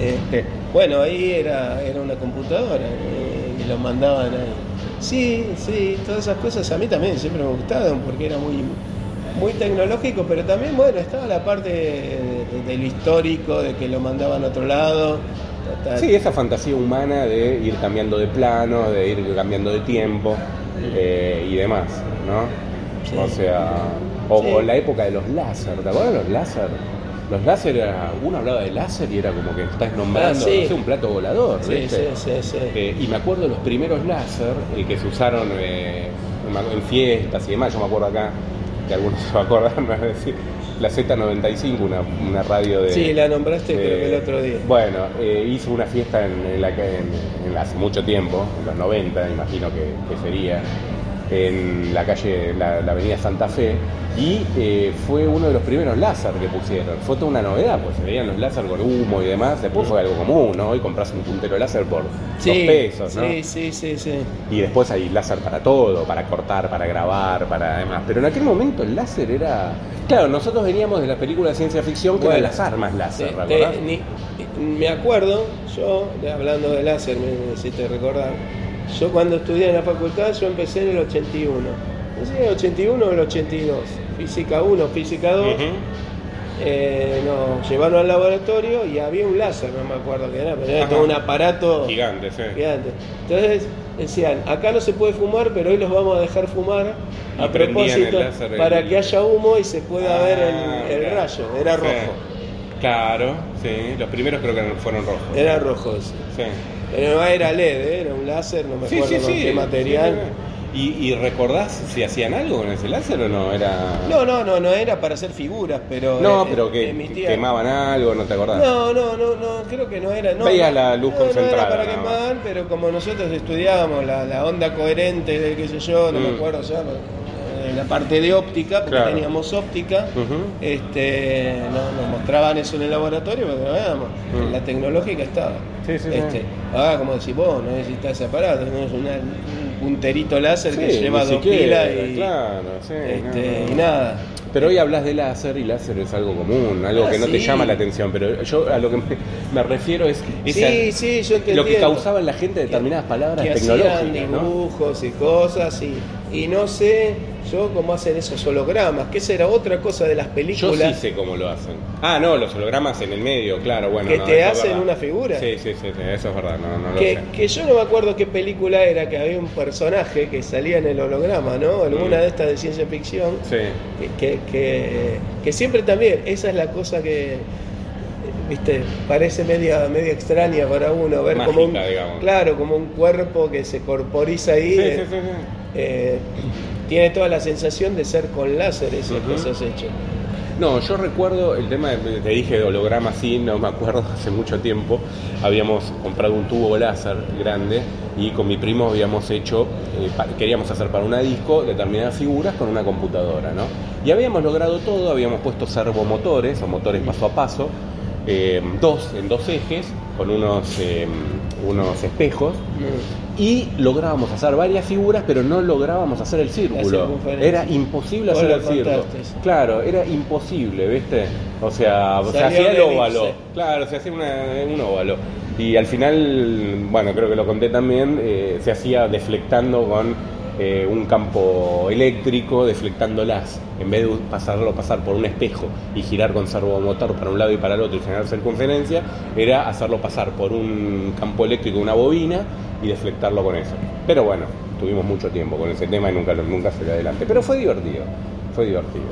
sí. Este, bueno, ahí era, era una computadora eh, y lo mandaban ahí. Sí, sí, todas esas cosas a mí también siempre me gustaron porque era muy, muy tecnológico, pero también, bueno, estaba la parte de, de lo histórico, de que lo mandaban a otro lado. ta, ta. Sí, esa fantasía humana de ir cambiando de plano, de ir cambiando de tiempo eh, y demás, ¿no? Sí. O sea, o, Sí. o la época de los láser, ¿te acuerdas de los láser? Los láser, era, uno hablaba de láser y era como que estás nombrando, Ah, sí. no sé, un plato volador, sí, sí, ¿viste? sí, sí. Eh, y me acuerdo de los primeros láser eh, que se usaron eh, en ma- en fiestas y demás. Yo me acuerdo acá, que algunos se va a acordar, me van a decir, la Z95, una, una radio de. Sí, la nombraste creo que el Eh, otro día. Bueno, eh, hizo una fiesta en, en la que en- en hace mucho tiempo, en los 90, imagino que, que sería. en la calle, la, la avenida Santa Fe, y eh, fue uno de los primeros láser que pusieron. Fue toda una novedad, pues se veían los láser con humo y demás, después fue algo común, ¿no? Hoy compras un puntero láser por dos pesos, ¿no? sí, sí, sí, sí. Y después hay láser para todo, para cortar, para grabar, para demás. Pero en aquel momento el láser era... Claro, nosotros veníamos de las películas de ciencia ficción que Bueno. eran las armas láser, Te- ¿recordás? te- ni- me acuerdo, yo, de- hablando de láser, me, me hiciste recordar, yo cuando estudié en la facultad, yo empecé en el 81. No sé, en el 81 o el 82. Física 1, física 2, Ujú. eh, nos llevaron al laboratorio y había un láser, no me acuerdo qué era, pero era Ajá. todo un aparato Gigante, sí. gigante. Entonces decían, acá no se puede fumar, pero hoy los vamos a dejar fumar Y a prendían el propósito láser para y- que haya humo y se pueda ver Ah, el, el claro. rayo. Era Sí. rojo, Claro, sí. Los primeros creo que fueron rojos. era rojo ese. Sí. Pero no era LED, ¿eh? era un láser, no me Sí, acuerdo sí, con sí. qué material. Sí, sí, sí. ¿Y, y recordás si hacían algo con ese láser o no? Era... No, no, no, no era para hacer figuras, pero. No, eh, pero que emitía- quemaban algo, no te acordás. No, no, no, no, creo que no era. No, Veías no, la luz no, no concentrada, era para nada quemar, pero como nosotros estudiábamos la, la onda coherente, de qué sé yo, no Mm. me acuerdo ya, eh, la parte de óptica, porque Claro. teníamos óptica. Ujú. Este, no, nos mostraban eso en el laboratorio porque lo veíamos, Mm. la tecnológica estaba. Sí, sí, sí. este, Ah, como decís vos, no necesitas ese aparato, tenés una- un punterito láser que Sí, lleva ni dos siquiera, pilas y, Claro, sí. este, no, no. y nada. Pero hoy hablas de láser y láser es algo común, algo Ah, que no te sí. llama la atención. Pero yo a lo que me, me refiero es esa- sí, sí, yo te lo que entiendo. causaba en la gente determinadas palabras que hacían tecnológicas. ¿no? dibujos y cosas y, y no sé yo cómo hacen esos hologramas, que esa era otra cosa de las Yo sí películas. sé cómo lo hacen. Ah, no, los hologramas en el medio, claro, bueno. Que no, te eso es hacen verdad. una figura. Sí, sí, sí, sí, eso es verdad, no, no lo que, sé. que yo no me acuerdo qué película era, que había un personaje que salía en el holograma, ¿no? Alguna Mm. de estas de ciencia ficción. Sí. Que, que, que- que siempre también, esa es la cosa que, viste, parece media, media extraña para uno, ver Mágica, como un, digamos. claro, como un cuerpo que se corporiza ahí, Sí, sí, eh, sí, sí. eh, tiene toda la sensación de ser con láser esas Ujú. cosas hechas. No, yo recuerdo el tema, de- te dije de holograma, sí, no me acuerdo, hace mucho tiempo habíamos comprado un tubo láser grande y con mi primo habíamos hecho, eh, pa- queríamos hacer para una disco determinadas figuras con una computadora, ¿no? Y habíamos logrado todo, habíamos puesto servomotores o motores paso a paso, eh, dos en dos ejes, con unos, eh, unos espejos, y lográbamos hacer varias figuras, pero no lográbamos hacer el La círculo. circunferencia. Era imposible Vos hacer lo el círculo. contaste eso. Claro, era imposible, ¿viste? O sea, se Salió hacía el del óvalo. ipse. Claro, se hacía una- un óvalo. Y al final, bueno, creo que lo conté también, eh, se hacía deflectando con eh, un campo eléctrico, deflectándolas, en vez de pasarlo pasar por un espejo y girar con servomotor para un lado y para el otro y generar circunferencia, era hacerlo pasar por un campo eléctrico, una bobina, y deflectarlo con eso. Pero bueno, tuvimos mucho tiempo con ese tema y nunca, lo- nunca se lo adelante. Pero fue divertido, fue divertido.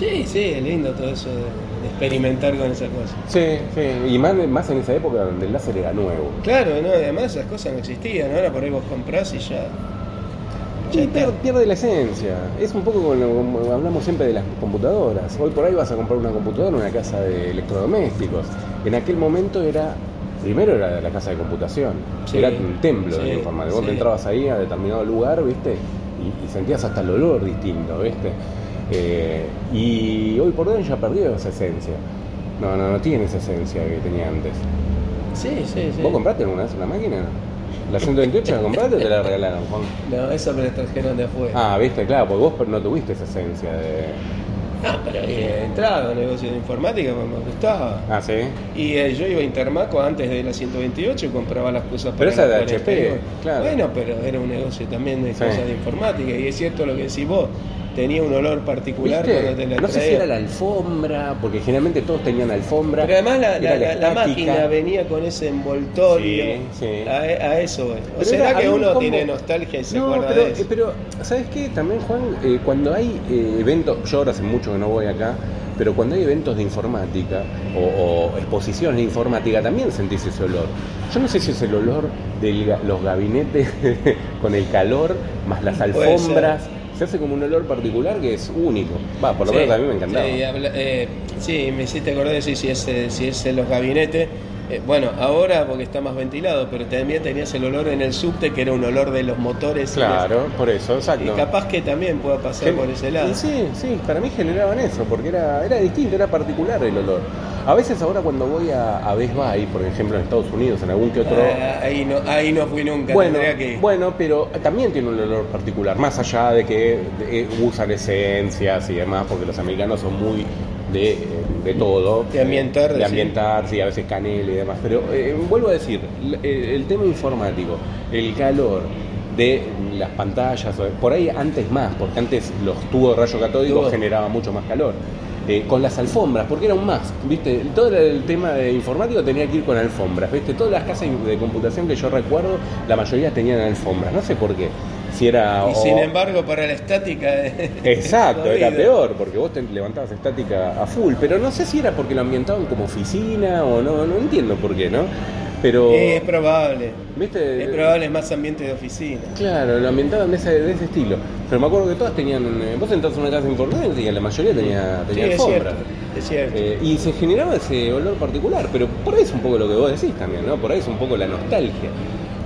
Sí, sí, es lindo todo eso de, de experimentar con esas cosas. Sí, sí, y más, más en esa época donde el láser era nuevo. Claro, no, además esas cosas no existían, ahora por ahí vos comprás y ya. ya Y está. pier- pierde la esencia. Es un poco como, como hablamos siempre de las computadoras. Hoy por ahí vas a comprar una computadora en una casa de electrodomésticos. En aquel momento era. Primero era la casa de computación. Sí. era un templo de Sí, informática. Vos sí. entrabas ahí a determinado lugar, ¿viste? Y, y sentías hasta el olor distinto, ¿viste? Eh, y hoy por hoy ya perdió esa esencia. No, no, no tiene esa esencia que tenía antes. Sí, sí, sí. ¿Vos compraste alguna vez una máquina? ¿La 128 la compraste o te la regalaron, Juan? No, esa me la trajeron de afuera. Ah, viste, claro, porque vos no tuviste esa esencia de. Ah, pero eh, entraba en negocio de informática porque me gustaba. Ah, sí. Y eh, yo iba a Intermaco antes de la 128 y compraba las cosas Pero esa la era de HP, 41. claro. Bueno, pero era un negocio también de Sí. cosas de informática. Y es cierto lo que decís vos, tenía un olor particular cuando te ¿Viste? la No sé si traían. era la alfombra, porque generalmente todos tenían alfombra. Pero además la, la- era la- la estática. máquina venía con ese envoltorio. Sí, sí. A, a eso, voy. O Pero será era- que había un uno combo- tiene nostalgia y se no, acuerda pero, de eso. eh, pero, ¿sabes qué? También, Juan, eh, cuando hay eh, eventos, yo ahora hace mucho que no voy acá, pero cuando hay eventos de informática o, o exposiciones de informática, también sentís ese olor. Yo no sé si es el olor de los gabinetes con el calor, más las Puede ser. alfombras, se hace como un olor particular que es único. Va, por lo menos a mí me encantaba. Sí, y habla- eh, sí, me hiciste acordar de si, si es, eh, si es en los gabinetes. Eh, bueno, ahora porque está más ventilado, pero también tenías el olor en el subte que era un olor de los motores. y las- claro, por eso, exacto. Y capaz que también pueda pasar Gen- por ese lado. Y sí, sí, para mí generaban eso, porque era, era distinto, era particular el olor. A veces ahora cuando voy a, a Best Buy, por ejemplo en Estados Unidos, en algún que otro... Ah, ahí, no, ahí no fui nunca. bueno, tendría que... bueno, pero también tiene un olor particular, más allá de que eh, usan esencias y demás, porque los americanos son muy de, eh, de todo. eh, De ambientar, De sí. ambientar, sí, a veces canela y demás. Pero eh, vuelvo a decir, l- eh, el tema informático, el calor de las pantallas, o- por ahí antes más, porque antes los tubos de rayo catódico Tubos. generaban mucho más calor. Eh, con las alfombras, porque era un más, ¿viste? Todo el tema de informático tenía que ir con alfombras, ¿viste? Todas las casas de computación que yo recuerdo, la mayoría tenían alfombras, no sé por qué. Si era... Y o- sin embargo, para la estática. Exacto, es era jodido. peor, porque vos te levantabas estática a full, pero no sé si era porque lo ambientaban como oficina o no, no entiendo por qué, ¿no? Pero, Eh, es probable. ¿viste? Eh, Es probable, es más ambiente de oficina. Claro, lo ambientaban de ese, de ese estilo. Pero me acuerdo que todas tenían, eh, vos entras a una casa informática y la mayoría tenía, Sí, tenía es alfombra. cierto. Es cierto. Eh, y se generaba ese olor particular, pero por ahí es un poco lo que vos decís también, ¿no? Por ahí es un poco la nostalgia.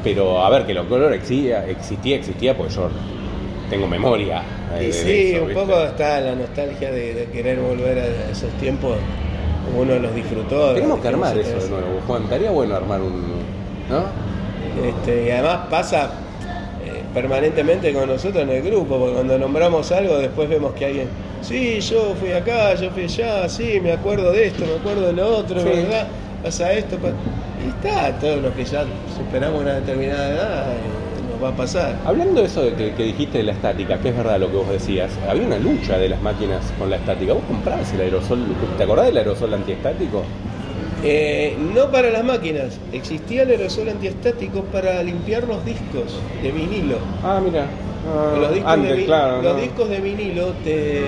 Pero a ver, que el olor existía, existía, existía, porque yo tengo memoria. eh, Y de sí, eso, un ¿viste? poco está la nostalgia de, de querer volver a esos tiempos. Uno los disfrutó. Tenemos los que armar disfrutó eso de esa- nuevo, Juan. Estaría bueno armar un. ¿No? Este, y además pasa eh, permanentemente con nosotros en el grupo, porque cuando nombramos algo después vemos que alguien, sí, yo fui acá, yo fui allá, sí, me acuerdo de esto, me acuerdo de lo otro, Sí. ¿verdad? Pasa esto, pa-". y está, todos los que ya superamos una determinada edad, eh, nos va a pasar. Hablando de eso de que, que dijiste de la estática, que es verdad lo que vos decías, había una lucha de las máquinas con la estática. Vos comprabas el aerosol, ¿te acordás del aerosol antiestático? Eh, no para las máquinas, existía el aerosol antiestático para limpiar los discos de vinilo. Ah, mira. Los discos, antes, de, vi- claro. los no. discos de vinilo te,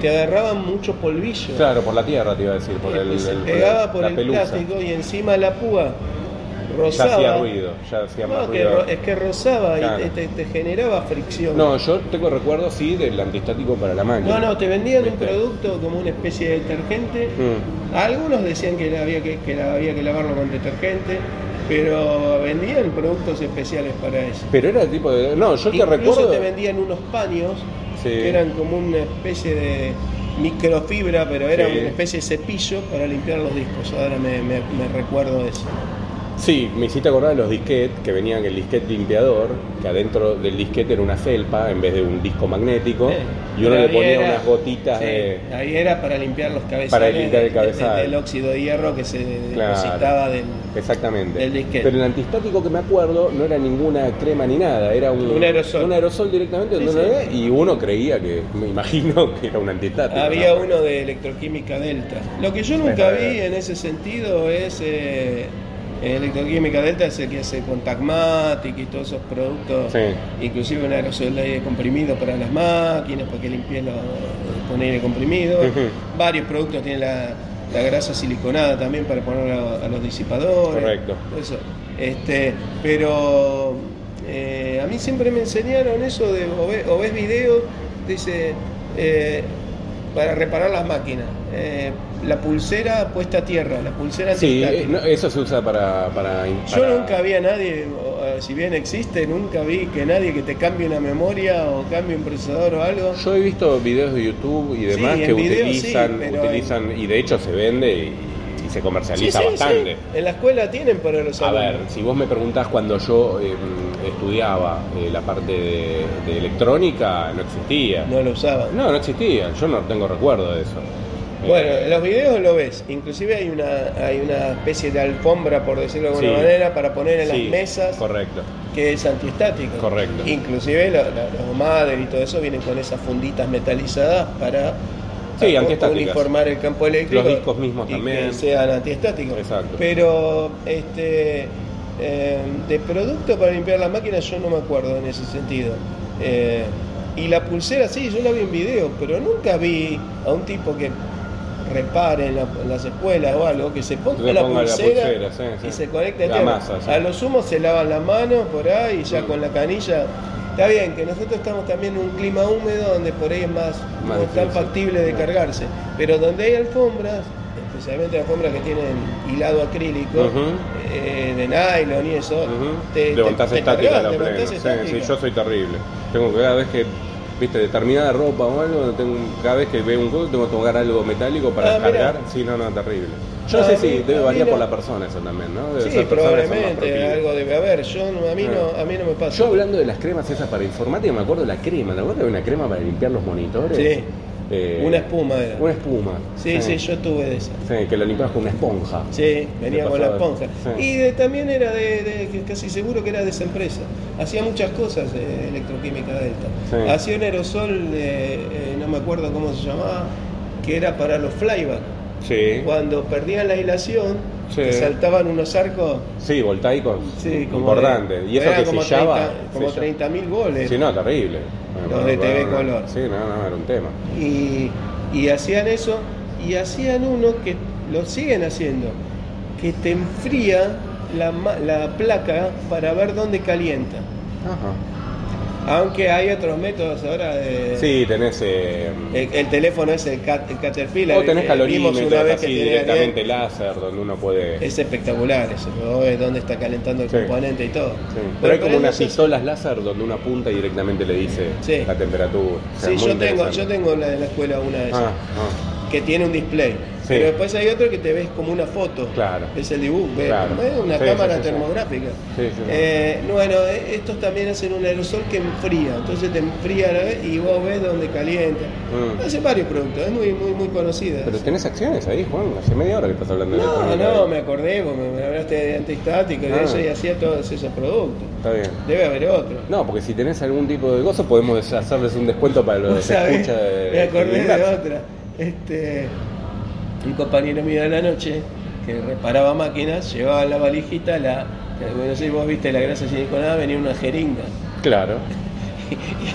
te agarraban mucho polvillo. Claro, por la tierra te iba a decir, por el. Y se el- por pegaba el- por la el pelusa. plástico y encima la púa Ya rozaba. hacía ruido, ya hacía No, más que ruido. ro- es que rozaba Claro. y te, te- te generaba fricción. No, yo tengo recuerdo, sí, del antiestático para la máquina. no, no, te vendían un Viste. producto como una especie de detergente. Mm. Algunos decían que la había que, que la había que lavarlo con detergente, pero vendían productos especiales para eso. Pero era el tipo de. No, yo te Incluso recuerdo. te vendían unos paños Sí. que eran como una especie de microfibra, pero era Sí. una especie de cepillo para limpiar los discos. Ahora me, me- me recuerdo eso. Sí, me hiciste acordar de los disquetes que venían el disquete limpiador, que adentro del disquete era una felpa en vez de un disco magnético, Eh, y uno pero le ahí ponía era- unas gotitas sí, de. Ahí era para limpiar los cabezales. Para limpiar el de- de- cabezal. del óxido de hierro que se Claro. depositaba del. Exactamente. del disquete. Pero el antistático que me acuerdo no era ninguna crema ni nada, era un, Un aerosol. un aerosol directamente Sí, donde uno sí. ve, y uno creía que, me imagino que era un antistático. Había ¿no? uno de electroquímica delta. Lo que yo Es nunca verdad. vi en ese sentido es eh, electroquímica delta, es el que hace con Tagmatic y todos esos productos. Sí. Inclusive un aerosol de aire comprimido para las máquinas, porque limpié los con aire comprimido. Ujú. Varios productos tienen la, la grasa siliconada también para ponerla a, los disipadores. Correcto. todo Eso. Este, pero eh, a mí siempre me enseñaron eso de o ve- o ves, videos, dice eh, para reparar las máquinas. eh, la pulsera puesta a tierra, la pulsera Sí, eh, antiestática. no, eso se usa para. para Yo para- nunca vi a nadie, o, eh, si bien existe, nunca vi que nadie que te cambie una memoria o cambie un procesador o algo. Yo he visto videos de YouTube y demás Sí, en que video sí, utilizan, pero en- utilizan y de hecho se vende y, y se Sí, comercializa sí, bastante. sí. En la escuela tienen para los A alumnos. ver, si vos me preguntás cuando yo eh, estudiaba eh, la parte de, de electrónica, no existía. No lo usaban. No, no existía. Yo no tengo recuerdo de eso. Bueno, Eh, en los videos lo ves. Inclusive hay una, hay una especie de alfombra, por decirlo de alguna Sí. manera, para poner en sí, las mesas, Correcto. que es antiestático. Correcto. Inclusive lo- lo- los madres y todo eso vienen con esas funditas metalizadas para Sí, para antiestáticas. uniformar el campo eléctrico. Los discos mismos y también. Que sean antiestáticos. Exacto. Pero este eh, de producto para limpiar la máquina yo no me acuerdo en ese sentido. Eh, y la pulsera sí, yo la vi en video, pero nunca vi a un tipo que repare en, la- en las escuelas o algo, que se ponga, Que la ponga la pulsera, pulsera, sí, sí. y se conecte La tierra. masa, sí. A lo sumo se lavan las manos por ahí y ya Mm. con la canilla Está bien, que nosotros estamos también en un clima húmedo donde por ahí es más, Más no es tan difícil. factible de cargarse. Pero donde hay alfombras, especialmente alfombras que tienen hilado acrílico, Ujú. eh, de nylon y eso, Ujú. te, te- levantás te estática cargas, la levantás plena. Sí, estática. sí, yo soy terrible. Tengo que cada vez que, viste, determinada ropa o algo, tengo, cada vez que veo un coso tengo que tocar algo metálico para Ah, mirá. Ah, cargar. Sí, no, no, terrible. Yo No, sé a si mí- debe a mí variar no. por la persona eso también, ¿no? Debe Sí, ser personas que son más probablemente proclives. algo debe haber. Yo, no- a, mí no, Ah. a mí no me pasa. Yo hablando de las cremas esas para informática, me acuerdo de la crema. ¿Te acuerdas que había una crema para limpiar los monitores? Sí. Eh, Una espuma era. Una espuma. Sí, sí, yo tuve de esa. Sí, que lo limpiabas con una esponja. Sí, venía Te con la pasaba. esponja. Sí. Y de- también era de, de- que casi seguro que era de esa empresa. Hacía muchas cosas eh, electroquímica Delta. Sí. Hacía un aerosol, de, eh, no me acuerdo cómo se llamaba, que era para los flyback. Sí. Cuando perdían la hilación, Sí. que saltaban unos arcos. Sí, voltaicos. Sí, como Importante. de- y eso eran que como sellaba. 30 como sella- 30.000 goles. Sí, no, terrible. Los de TV color. Sí, no, no, era un tema. y, y hacían eso y hacían uno que lo siguen haciendo que te enfría la, ma- la placa para ver dónde calienta Ajá. aunque hay otros métodos ahora de Sí, tenés. eh, el, el teléfono es el, cat- el Caterpillar o Oh, tenés que calorímetros vimos una vez que así tiene directamente alguien. láser, donde uno puede. es espectacular eso ¿no? Ves dónde está calentando el Sí. componente y todo Sí. Pero hay como para unas eso- pistolas láser donde una punta y directamente le dice Sí. la temperatura. O sea, Sí, muy yo tengo, interesante. yo tengo la de la escuela una de esas. Ah, ah. que tiene un display. Sí. Pero después hay otro que te ves como una foto. Claro. Es el dibujo, ves, Claro. ¿ves? una Sí, cámara sí, sí, sí. termográfica. Sí, sí, sí. Eh, bueno, eh, estos también hacen un aerosol que enfría. Entonces te enfría la vez y vos ves donde calienta. Mm. Hacen varios productos, es muy, muy, muy conocida. Pero tenés acciones ahí, Juan. Hace media hora que estás hablando de No, electrónica. no, me acordé, vos me, me hablaste de antiestático y de Ah. eso y hacía todos esos productos. Está bien. Debe haber otro. No, porque si tenés algún tipo de gozo, podemos hacerles un descuento para los Vos que sabés, escucha eh, de. me acordé Lindax. de otra. Este, un compañero mío de la noche que reparaba máquinas, llevaba en la valijita, la, que, bueno, si vos viste la grasa siliconada, venía una jeringa. Claro.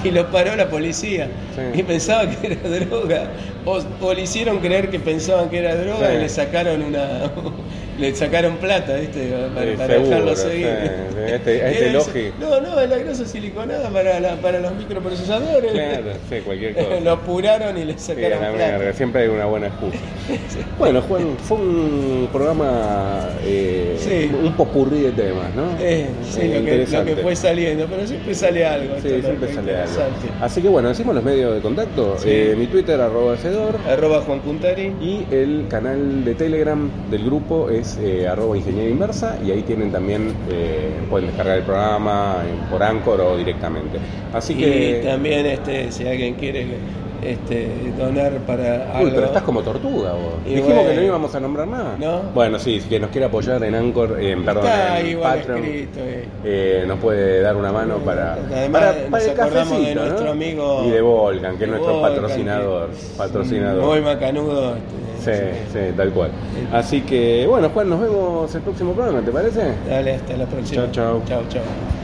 Y lo paró la policía. Sí. Y pensaba que era droga. O, o le hicieron creer que pensaban que era droga Sí. y le sacaron una. le sacaron plata, ¿viste? Para, Sí, para dejarlo seguro, seguir. sí, sí. Este- Y él este dice, logi- No, no, es la grasa siliconada para, la- para los microprocesadores. Claro, sí, cualquier cosa. Lo apuraron y le Sí, a sacaron la plata. mierda, siempre hay una buena excusa. Bueno, Juan, fue un programa, eh, Sí. un popurrí de temas, ¿no? Eh, sí, Eh, lo, que, lo interesante. que fue saliendo, pero siempre sale algo. esto Sí, es lo siempre sale algo. interesante. Así que bueno, decimos los medios de contacto. Sí. Eh, mi Twitter, arroba Fedor. Arroba Juan Puntari. Y el canal de Telegram del grupo es eh, arroba ingeniería inversa y ahí tienen también, eh, pueden descargar el programa eh, por Anchor o directamente. Así que... Y también, este, si alguien quiere este, donar para Uy, algo. pero estás como tortuga vos. Y Dijimos que bueno. no íbamos a nombrar nada. ¿No? Bueno, sí, que nos quiere apoyar en Anchor, en, perdón, Está en igual Patreon, escrito. eh. eh, nos puede dar una mano para, Además, para, para nos el acordamos cafecito, de nuestro ¿no? amigo- y de Volcan, que es de nuestro Volcan, patrocinador, que- patrocinador. Oh, Muy macanudo. este, Sí, así sí, tal cual. Así que, bueno, Juan, nos vemos el próximo programa, ¿te parece? que Dale, hasta la próxima. Chau, chau. Chao, chao.